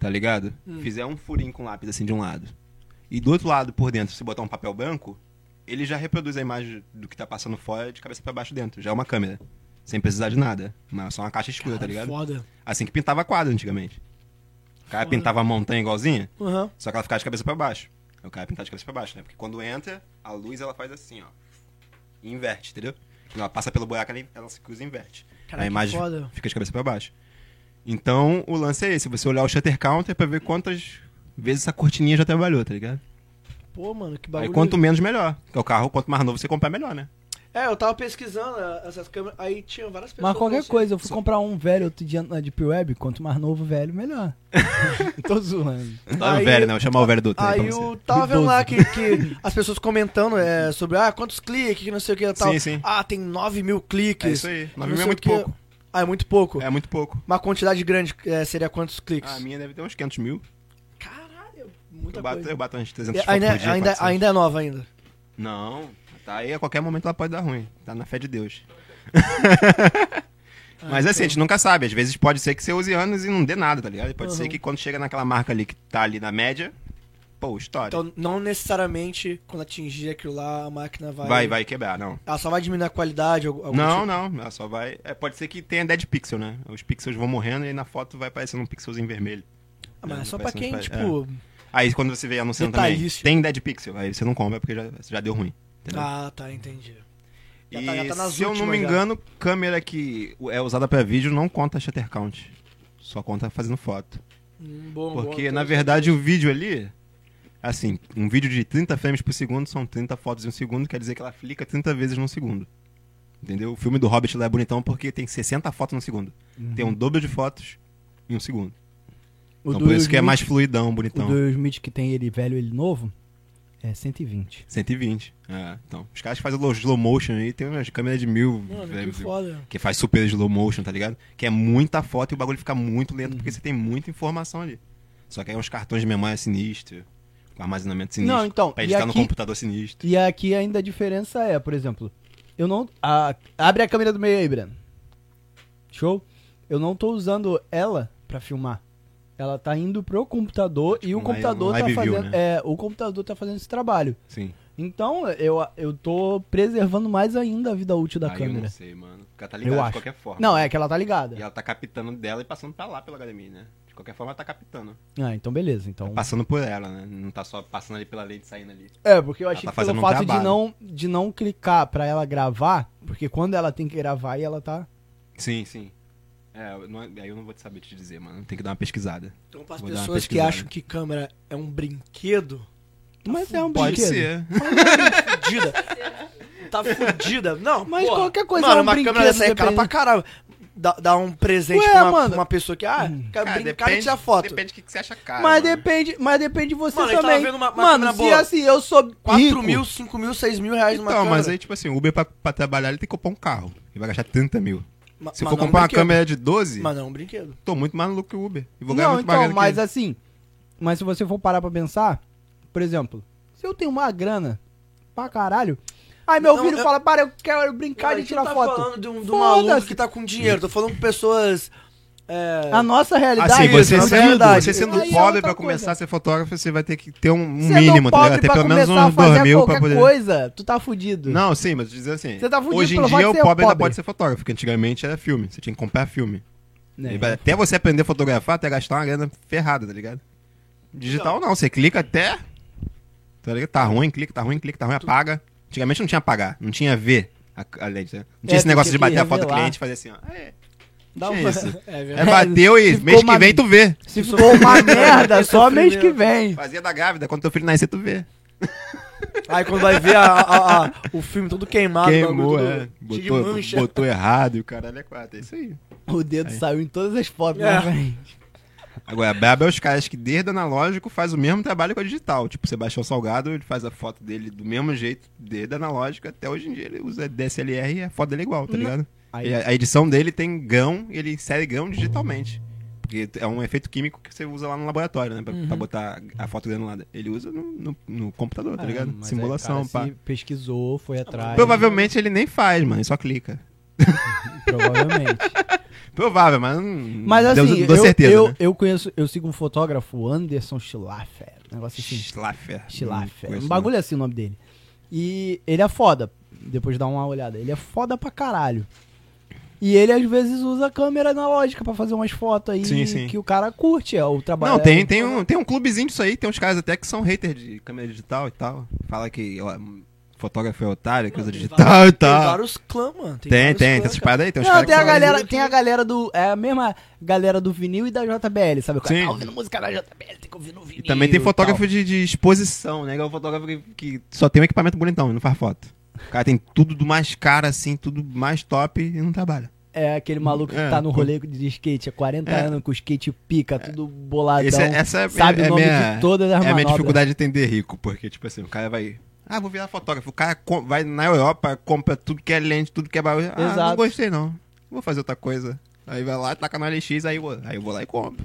tá ligado?
Hum.
Fizer um furinho com lápis assim de um lado. E do outro lado, por dentro, se botar um papel branco, ele já reproduz a imagem do que tá passando fora de cabeça pra baixo dentro. Já é uma câmera. Sem precisar de nada. Uma- só uma caixa escura, tá ligado?
Foda.
Assim que pintava quadro antigamente. O cara
Foda.
pintava a montanha igualzinha,
Aham.
só que ela ficava de cabeça pra baixo. Aí o cara pintava de cabeça pra baixo, né? Porque quando entra, a luz ela faz assim, ó. E inverte, entendeu? Quando ela passa pelo buraco, ela, ela se cruza e inverte
Caraca,
a
que
imagem
foda.
fica de cabeça pra baixo. Então, o lance é esse. Você olhar o shutter counter pra ver quantas vezes essa cortininha já trabalhou, tá ligado?
Pô, mano, que
Aí
bagulho.
quanto menos, melhor. Porque o carro, quanto mais novo você comprar, melhor, né?
É, eu tava pesquisando eh, essas câmeras, aí tinha várias pessoas. assim,
Mas qualquer
com-
coisa, eu fui comprar um velho outro dia na Deep Web, quanto mais novo o velho,
(laughs)
melhor. Tô zoando.
Não,
Aí-
o velho, né? Vou chamar o velho do outro.
Aí
pra você.
eu tava vendo lá que, que as pessoas comentando eh, sobre ah, quantos cliques, que não sei o que e tal.
Sim, sim.
Ah, tem 9 mil cliques.
É isso aí. 9
que não
mil é
sei o
muito
que.
pouco.
Ah, é muito pouco.
É muito pouco.
Uma quantidade grande eh, seria quantos cliques?
Ah, a minha deve ter uns 500 mil.
Caralho, muita
Eu bato,
coisa.
eu bato uns 300
E
fotos
ainda,
por dia,
ainda,
400.
ainda é nova ainda.
Não. Tá aí, a qualquer momento ela pode dar ruim. Tá na fé de
(laughs)
Deus.
Ah,
Mas assim,
então.
a gente nunca sabe. Às vezes pode ser que você use anos e não dê nada, tá ligado? E Pode
Uhum.
ser que quando chega naquela marca ali que tá ali na média, pô, história.
Então não necessariamente quando atingir aquilo lá a máquina vai.
Vai, vai quebrar, não.
Ela só vai diminuir a qualidade. Algum algum
não,
tipo.
não, ela só vai. é, pode ser que tenha dead pixel, né? Os pixels vão morrendo e aí na foto vai aparecendo um pixelzinho vermelho.
Ah, mas
Não,
é só
não
pra
faz- não
quem,
faz- é.
tipo.
Aí quando você vê anunciando também,
Detalhista.
tem dead pixel. Aí você não compra porque já, já deu ruim. Entendeu?
Ah, tá, entendi. já
e
tá- já tá nas
se eu não
últimas
me
já.
engano, câmera que é usada pra vídeo não conta shutter count. Só conta fazendo foto.
Hum, bom, bom,
Porque,
então-
na verdade, o vídeo ali. Assim, um vídeo de 30 frames por segundo são 30 fotos em um segundo, quer dizer que ela flica 30 vezes num segundo. Entendeu? O filme do Hobbit lá é bonitão porque tem 60 fotos no segundo.
Uhum.
Tem um dobro de fotos em um segundo.
O
então
do
por isso que é
Will
mais então.
Smith-
fluidão,
O do
bonitão.
Will Smith que tem ele velho e ele novo é 120.
120. É, então. Os caras que fazem low- slow motion aí, tem umas câmeras de mil.
Mano,
velho,
que foda.
que faz super slow motion, tá ligado? Que é muita foto e o bagulho fica muito lento porque você tem muita informação ali. Só que aí é uns cartões de memória sinistro, com armazenamento sinistro.
Não, então,
Pra
e
editar no
aqui-
computador sinistro.
E aqui ainda a diferença é, por exemplo, eu não. a- abre a câmera do meio aí, Breno. Show? Eu não tô usando ela pra filmar. Ela tá indo pro computador e o
um li-
computador
um
tá
live view,
fazendo. É, o computador tá fazendo esse trabalho.
Sim.
Então, eu, eu tô preservando mais ainda a vida útil da
aí eu
câmera.
não sei, mano. Porque ela tá
Eu
ligada
acho.
de qualquer forma.
Não, é que ela tá
E
ligada.
ela tá captando dela e passando pra lá pela HDMI, né? De qualquer forma, ela tá captando.
Ah, então beleza. Então...
Passando por ela, né? Não tá só passando ali pela lente e saindo ali.
É, porque eu
Ela
achei
tá
que pelo
fazendo um
fato de
trabalho.
não, de não clicar pra ela gravar, porque quando ela tem que gravar aí ela tá.
Sim, sim. É, eu não- aí eu não vou te saber te dizer, mano. Tem que dar uma pesquisada.
Então, para as
Vou dar uma
pessoas que
pesquisada.
acham que câmera é um brinquedo,
Mas é um
Pode
brinquedo.
ser.
fudida. tá fudida.
(laughs)
Não,
Mas
porra.
qualquer coisa
mano,
é um
uma câmera
brinquedo,
dessa aí é cara pra
depende-
caralho. Dá, dá um presente
Ué,
pra, uma,
mano. Hum.
pra uma pessoa que, ah,
(laughs)
quer
Cara,
brincar e tirar foto.
É, Depende do que que você acha caro.
Mas
mano.
depende, mas depende de você
Mano, eu tava
também.
vendo uma- uma
Mano,
câmera
se
boa.
assim, eu sou
4
rico,
mil, 5 mil, 6 mil reais numa
Então,
câmera.
mas aí, tipo assim, o Uber pra, pra trabalhar ele tem que comprar um carro. Ele vai gastar 30 mil.
Ma-
Se eu for
mas não é um
comprar uma
brinquedo.
câmera de 12,
Mas não é um brinquedo.
tô muito mais louco que o Uber. E vou ganhar
Não,
muito mais
então,
grana que
mas
ele.
assim, mas se você for parar pra pensar, por exemplo, se eu tenho uma grana pra caralho, aí meu
Não,
filho
Então, eu-
fala, para, eu quero brincar de
tu
tirar
tá
foto.
falando de um, de um
Foda-se.
maluco que tá com dinheiro. Tô falando com pessoas... É...
A nossa realidade
Assim, você,
é
isso,
sendo,
verdade.
você sendo
Aí é
pobre
outra coisa.
pra começar a ser fotógrafo, você vai ter que ter um, um
Sendo
mínimo, tá
pobre
ligado? Ter
pra
pelo menos
começar a
uns
fazer
2 mil pra
qualquer
poder.
coisa, tu tá fudido.
Não, sim, mas dizendo assim.
Você tá fudido
hoje em
pelo fato
dia
de
o
ser
pobre, ainda
pobre.
pode ser fotógrafo, porque antigamente era filme. Você tinha que comprar filme.
Né?
E vai- Até você aprender a fotografar, até gastar uma grana ferrada, tá ligado? Digital
Então.
não, você clica até. Tá ligado? Tá ruim, clica, tá ruim, clica, tá ruim, apaga. Antigamente não tinha apagar, não tinha ver a, a lente, né? Não tinha
É,
esse negócio de
tinha que
bater a foto do
revelar.
cliente e fazer assim, ó. É,
Dá
(laughs)
tinha
uma-
isso.
É
É,
verdade.
bateu e
Ficou
mês que
uma-
vem tu vê.
Então, Se for uma
(laughs) É
merda, só mês que vem.
Fazia da grávida, quando teu filho nascer tu vê.
Aí quando vai ver a- a- a- o filme todo queimado,
Queimou,
o bagulho
é.
todo cheio de
Botou,
mancha.
botou errado e o caralho é quatro, é isso aí.
O dedo saiu em todas as fotos, né,
É.
mas vem.
Agora, brabo é os caras que desde analógico faz o mesmo trabalho com a digital. Tipo, Sebastião Salgado, ele faz a foto dele do mesmo jeito, desde analógico até hoje em dia ele usa DSLR e a foto dele é igual, tá ligado?
Né? Aí-
E a, a edição dele tem grão, ele insere grão digitalmente. Porque é um efeito químico que você usa lá no laboratório, né? Pra,
Uhum.
pra botar a foto granulada. Ele usa no, no- no computador, tá
Ah,
ligado?
mas aí o
Simulação,
cara
pá.
se pesquisou, foi atrás.
Provavelmente ele nem faz, mano. Ele só clica.
Provavelmente.
Provável, mas não.
(laughs) Mas
deu-
assim,
dou
eu,
certeza,
eu,
né?
eu conheço, eu sigo um fotógrafo, Anderson Schlaffer, um negócio assim.
Schlaffer.
Schlaffer.
Não Hum, conheço,
um bagulho assim o nome dele. E ele é foda. Depois dá uma olhada. Ele é foda pra caralho. E ele às vezes usa câmera analógica pra fazer umas fotos aí
Sim, sim.
que o cara curte, é o
Não,
trabalho.
não tem, tem, um, tem um clubezinho disso aí. Tem uns caras até que são hater de câmera digital e tal. Fala que ó, fotógrafo é otário, que usa
tem
digital e
Tem
tal.
vários clãs, mano.
Tá. Tem, tem,
vários
tem,
clãs,
essas
cara.
paradas aí. Tem uns
Não,
caras
tem a
que falam-
galera, tem a galera do. É a mesma galera do vinil e da JBL, sabe? O cara
Sim.
tá ouvindo música da JBL, tem que ouvir no vinil.
E também tem
e
fotógrafo de, de exposição, né? Que é o fotógrafo que, que só tem um equipamento bonitão e não faz foto. O cara tem tudo do mais caro, assim, tudo mais top e não trabalha.
tal. É aquele maluco que
É,
tá no
pô.
rolê de skate há 40
É.
anos, com skate pica, tudo boladão.
Esse é- essa é,
sabe
é
o nome
minha,
de todas as
É a minha
manobras.
dificuldade de entender rico, porque, tipo assim, o cara vai. Ah, vou virar fotógrafo. O cara com- vai na Europa, compra tudo que é lente, tudo que é barulho. Ah,
Exato.
não gostei não. Vou fazer outra coisa. Aí vai lá, taca no LX, aí, eu- aí eu vou lá
(laughs)
e compro.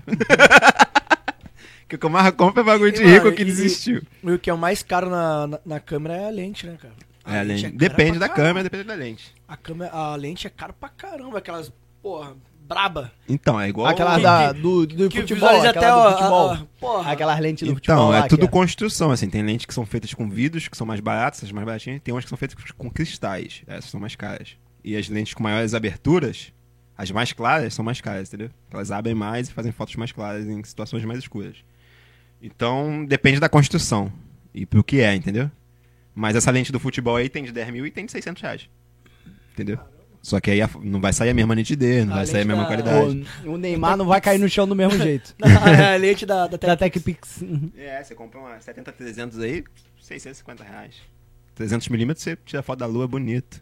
que o que eu mais compro é bagulho de
E,
rico
mano,
que
e-
desistiu.
E o que é o mais caro na, na, na câmera é a lente, né, cara?
É, a lente.
cara
Depende
pra
da
caralho.
câmera, depende da lente.
A, câmera, a lente é caro pra caramba, aquelas, porra, braba.
Então, é igual.
Aquela
Que-
da, do, do futebol,
visualiza
aquela do
a-
futebol.
a- porra.
Aquelas lentes do futebol
Então,
lá,
é
que
tudo construção, assim. Tem lentes que são feitas com vidros, que são mais baratas, as mais baratinhas. Tem umas que são feitas com cristais, é, essas são mais caras. E as lentes com maiores aberturas, as mais claras, são mais caras, entendeu? Elas abrem mais e fazem fotos mais claras em situações mais escuras. Então, depende da construção e pro que é, entendeu? Mas essa lente do futebol aí tem de 10 mil e tem de 600 reais. Entendeu? Só que aí a- não vai sair a mesma nitidez, não
A
vai sair a
lente
mesma
da-
qualidade.
O, o Neymar não vai cair no chão do
(laughs)
mesmo jeito.
a é, lente da,
(laughs)
da,
da Uhum.
Tec-
TechPix.
É, você compra uma 70 300 aí, 650 reais. 300 milímetros, você tira foto da lua, é bonito.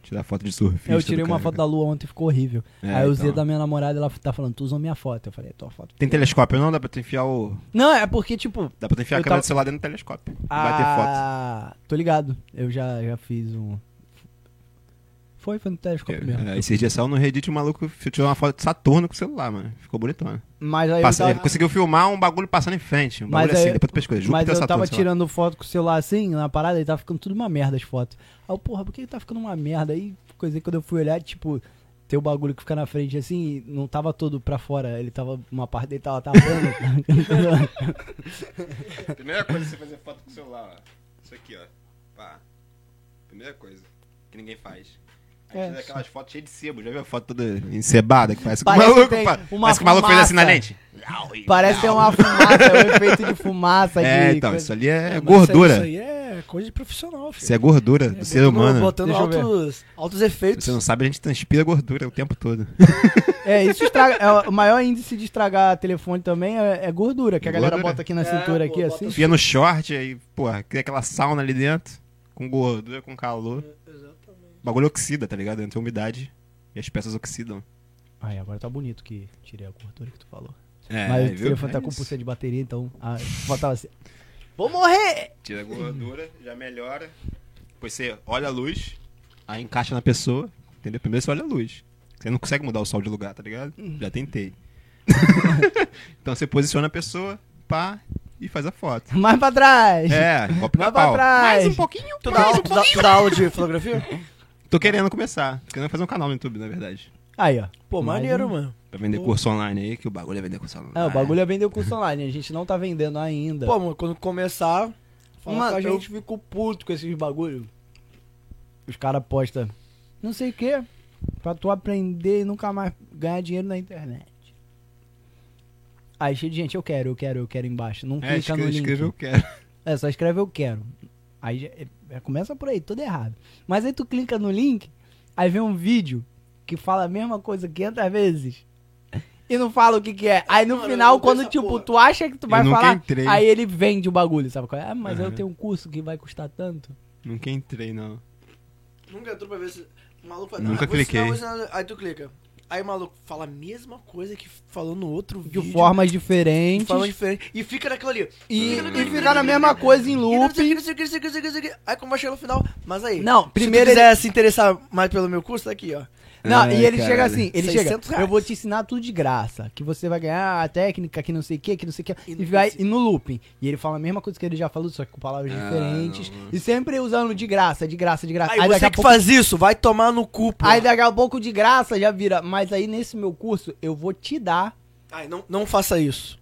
Tira foto de surfista.
Eu tirei uma foto da lua ontem, ficou horrível.
É,
Aí eu usei
então.
da minha namorada, ela tá falando, tu usou minha foto. Eu falei, "É tua foto.
Tem telescópio não? Dá pra tu enfiar o...
Não, é porque, tipo,
Dá pra tu enfiar
Eu
a câmera
tava-
do celular dentro do telescópio. Vai ter foto.
ah, tô ligado. Eu já, já fiz um... Foi, foi no telescópio mesmo.
É, esses dias saiu no Reddit um maluco fi- tirou uma foto de Saturno com o celular, mano. Ficou bonitona.
Mas aí
Passa-
eu
Ele
tava,
conseguiu filmar um bagulho passando em frente. Um
Mas
bagulho assim,
aí-
depois tu pesquisa.
mas
Júpiter,
eu
Saturno,
tava
sei lá.
tirando foto com o celular assim, na parada, e tava ficando tudo uma merda as fotos. Aí eu, porra, por que tá ficando uma merda? Aí, coisa quando eu fui olhar, tipo, tem o bagulho que fica na frente assim, não tava todo pra fora, ele tava, uma parte dele tava tapando. (laughs) tá
Primeira coisa que você fazer foto com o celular, ó. Isso aqui, ó. Pá. Primeira coisa. Que ninguém faz. Aí
É.
tira aquelas fotos cheias de sebo. Já viu a foto toda encebada? Que parece,
Parece
que
que
o maluco,
tem
pa-
uma
parece que o maluco fez assim na
fumaça.
lente.
Parece que é uma fumaça, é um efeito de fumaça.
É,
de
então,
coisa.
isso ali é,
É, mas
gordura.
Isso
Isso,
aí, isso aí é coisa de profissional, filho.
é gordura do ser
Botando-
humano.
Botando
Deixa eu ver.
altos, altos
Se
efeitos.
você não sabe, a gente transpira gordura o tempo todo.
(laughs) É, isso estraga. é, o maior índice de estragar telefone também é, é gordura, que a galera
Gordura.
bota aqui na
É,
cintura,
pô,
aqui,
bota
assim.
Enfia no short, aí, porra, cria aquela sauna ali dentro. Com gordura, com calor.
É,
O bagulho oxida, tá ligado? Entra umidade e as peças oxidam.
Ai, agora tá bonito que tirei a gordura que tu falou.
É,
Mas o
viu?
telefone tá
É
com
isso.
pulseira de bateria, então. A foto tava assim. Vou morrer!
Tira a gordura,
Uhum.
já melhora. Depois você olha a luz, aí encaixa na pessoa, entendeu? Primeiro você olha a luz. Você não consegue mudar o sol de lugar, tá ligado?
Uhum.
Já tentei. (laughs) então você posiciona a pessoa, pá, e faz a
(laughs)
foto.
Mais pra trás!
É, igual pica
Vai pra
pau.
trás!
pouquinho.
Tu dá, aula- tu, dá, tu dá aula de
(laughs)
fotografia?
Tô querendo começar. Tô querendo fazer um canal no YouTube, na verdade.
Aí, ó.
Pô,
Mais
maneiro,
um.
mano.
Pra vender curso online aí, que o bagulho é vender curso online.
Ah, o bagulho é vender o curso online, a gente não tá vendendo ainda.
Pô, mano, quando começar, fala
Mano,
com a
eu
gente.
fico puto com esses bagulho. Os caras postam não sei o que pra tu aprender e nunca mais ganhar dinheiro na internet. Aí cheio de gente, eu quero, eu quero, eu quero embaixo. Não
É,
clica
escre-
no link.
escreve eu quero.
É, só escreve eu quero. Aí já- é, começa por aí, tudo errado. Mas aí tu clica no link, aí vem um vídeo que fala a mesma coisa 500 vezes. E não fala o que que é. Aí no
Mano, eu
final,
não
quando
vejo essa
tipo,
porra.
tu acha que tu vai
nunca
falar,
entrei. Uhum.
aí ele vende o bagulho, sabe qual é? Ah, mas eu
Aham.
tenho um curso que vai custar tanto.
Nunca entrei, não.
Nunca entrou pra ver se. O maluco vai-
Nunca
Ah, vou ensinar,
cliquei.
vou ensinar. Aí tu clica. Aí o maluco fala a mesma coisa que falou no outro
De
vídeo.
formas
de
diferentes.
forma diferente. E fica naquilo ali.
E, e ficar na mesma coisa em
E não
loop.
sei o que, não sei o que, não sei o que, não sei o que, não sei o que. Aí como vai chegar no final. Mas aí.
Não, primeiro
Se tu quiser se interessar mais pelo meu curso, tá aqui, ó.
Não,
Ai,
e ele
caralho.
chega assim, ele chega,
600 reais.
eu vou te ensinar tudo de graça, que você vai ganhar a técnica, que não sei o que, que não sei o que,
E
e,
não
vai
precisa.
e no looping. E ele fala a mesma coisa que ele já falou, só que com palavras
Ah,
diferentes,
não.
e sempre usando de graça, de graça, de graça.
Aí, você
daqui a
que
pouco-
faz isso, vai tomar no cu, pô.
aí daqui a pouco de graça já vira, mas aí nesse meu curso eu vou te dar
Ai, não, não faça isso.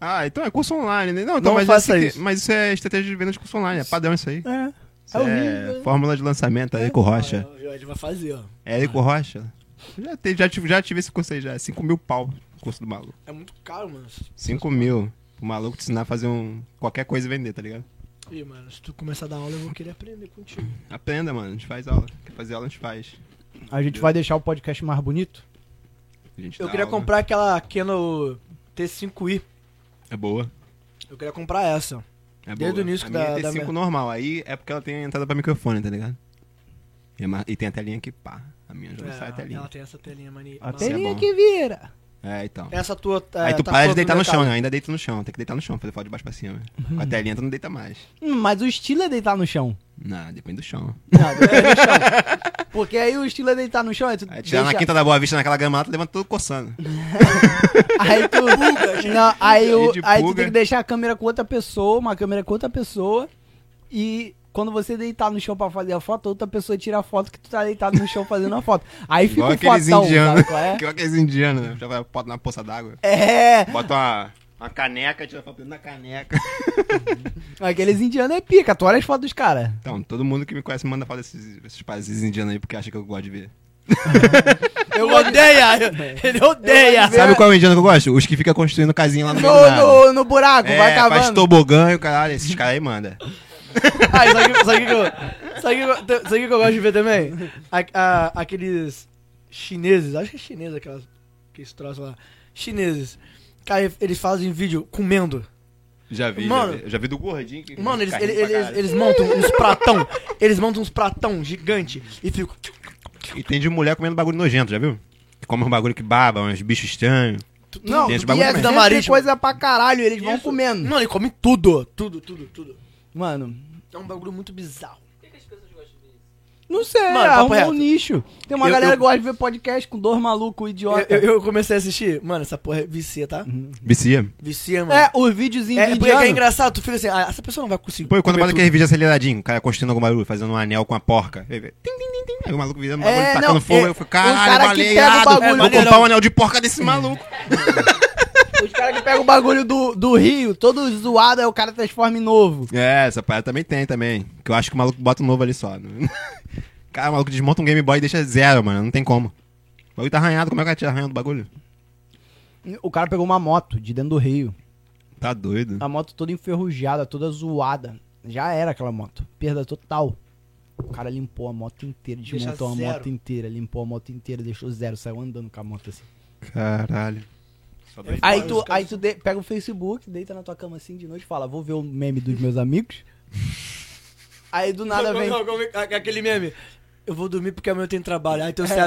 Ah, então é curso online, né? Não, então,
Não
mas,
faça
esse-
isso.
mas isso é estratégia de venda de curso online, é padrão isso aí.
É,
Isso
é
Tá
é
horrível.
fórmula de lançamento, Érico Rocha.
Ele Ah, vai fazer, ó.
É Érico Rocha? Já, teve, já, tive, já tive esse curso aí, já. 5 mil pau, o curso do maluco.
É muito caro, mano.
5 mil. O maluco te ensinar a fazer um, qualquer coisa e vender, tá ligado?
Ih, mano, se tu começar a dar aula, eu vou querer aprender contigo.
Aprenda, mano. A gente faz aula. Quer fazer aula, a gente faz.
A gente vai deixar o podcast mais bonito?
A gente
Eu
dá
queria
aula.
comprar aquela Canon T5i.
É boa.
Eu queria comprar essa.
É
Desde
boa.
o início
a
que
minha
dá-
é
dá
T5
merda.
normal. Aí é porque ela tem entrada pra microfone, tá ligado? E, é ma- e tem a telinha que pá. A minha já não sai a telinha.
É, Ela tem essa telinha, mania.
A
Isso é
telinha
bom.
que vira.
É, então.
Essa tua. é,
Aí tu para de
tá fora do
deitar no
mercado.
chão, né? Ainda deita no chão. Tem que deitar no chão, fazer foto de baixo pra cima. Com a
(laughs)
telinha tu não deita mais.
Hum, mas o estilo é deitar no chão.
Não, depende do chão.
é
Não, deitar no chão. (laughs) Porque aí o estilo é deitar no chão, aí tu
Aí tirar na quinta da Boa Vista, naquela grama lá, tu levanta
(laughs)
tudo coçando.
Aí tu. Não, aí, o-
Cheio de
aí tu
pulga.
tem que deixar a câmera com outra pessoa, uma câmera com outra pessoa. E quando você deitar no chão pra fazer a foto, outra pessoa tira a foto que tu tá deitado no chão fazendo a foto. Aí fica
Igual
um
aqueles
fotão,
indianos.
sabe qual é?
(laughs) Igual aqueles indianos, né? Já bota na poça d'água.
É,
Bota uma, uma caneca, tira foto dentro da caneca. (laughs)
aqueles indianos é pica, tu olha as fotos dos caras.
Então, todo mundo que me conhece manda falar desses, desses países indianos aí porque acha que eu gosto de ver.
Eu odeio! Ele odeia!
Sabe qual é o indiano que eu gosto? Os que ficam construindo casinha lá no meio do
No,
nada.
no, no buraco, vai
É, faz
cavando.
tobogã e o caralho, esses caras aí manda.
Ah, e sabe o que- sabe o que, eu- sabe o que eu- sabe o que eu gosto de ver também? A- a- aqueles chineses, acho que é chinês aquelas, aqueles troços lá. Chineses. Cara, eles fazem vídeo comendo.
Já vi,
Mano.
já vi. Já vi do gordinho. Que
Mano, eles,
carrinho
eles,
pra
eles,
caralho.
eles montam uns pratão. Eles montam uns pratão gigante e ficam. tipo,
E tem de mulher comendo bagulho nojento, já viu? Que come um bagulho que baba, uns bichos estranhos.
Não,
Gente,
e
bagulho
é
também.
sempre
Marisco.
coisa pra caralho, eles vão
Isso.
comendo.
Mano, ele come tudo, tudo, tudo, tudo.
Mano,
É um bagulho muito bizarro.
não sei,
Mano, papo
arrumou um
reto.
nicho. Tem uma
Eu-
galera
eu-
que gosta de ver podcast com dois malucos
Eu,
idiota.
eu, eu comecei a assistir, mano, essa porra é vicia, tá?
Vicia.
Vicia, mano.
Uhum. É, os vídeos em
É, porque
indiano.
é engraçado, tu fica assim, ah, essa pessoa não vai conseguir.
Pô, e quando
comer
é
faz aquele vídeo aceleradinho, o cara construindo algum barulho, fazendo um anel com uma porca. Aí, vê, tim, tim, tim, tim, aí o maluco virando um bagulho,
É,
tacando
não,
fogo.
é,
eu falei,
o cara
caralho,
que pega o
baleado.
bagulho-
Vou comprar
maneirão.
um anel de porca desse maluco.
Os caras que pegam o bagulho do, do rio, todo zoado, aí o cara transforma em novo.
É, essa parada também tem também. Que eu acho que o maluco bota um novo ali só. (laughs) né? Cara, o maluco desmonta um Game Boy e deixa zero, mano. Não tem como. O bagulho tá arranhado, como é que vai tirar arranhando o bagulho?
O cara pegou uma moto de dentro do rio.
Tá doido.
A moto toda enferrujada, toda zoada. Já era aquela moto. Perda total. O cara limpou a moto inteira,
Deixa
desmontou a
zero.
moto inteira, limpou a moto inteira, deixou zero, saiu andando com a moto assim.
Caralho.
Aí tu, aí tu de- pega o Facebook, deita na tua cama assim de noite e fala, vou ver o meme dos meus (laughs) amigos. Aí do nada
Não,
vem.
é não, não, aquele meme. Eu vou dormir porque amanhã eu tenho trabalho. Ah, então Aí teu cérebro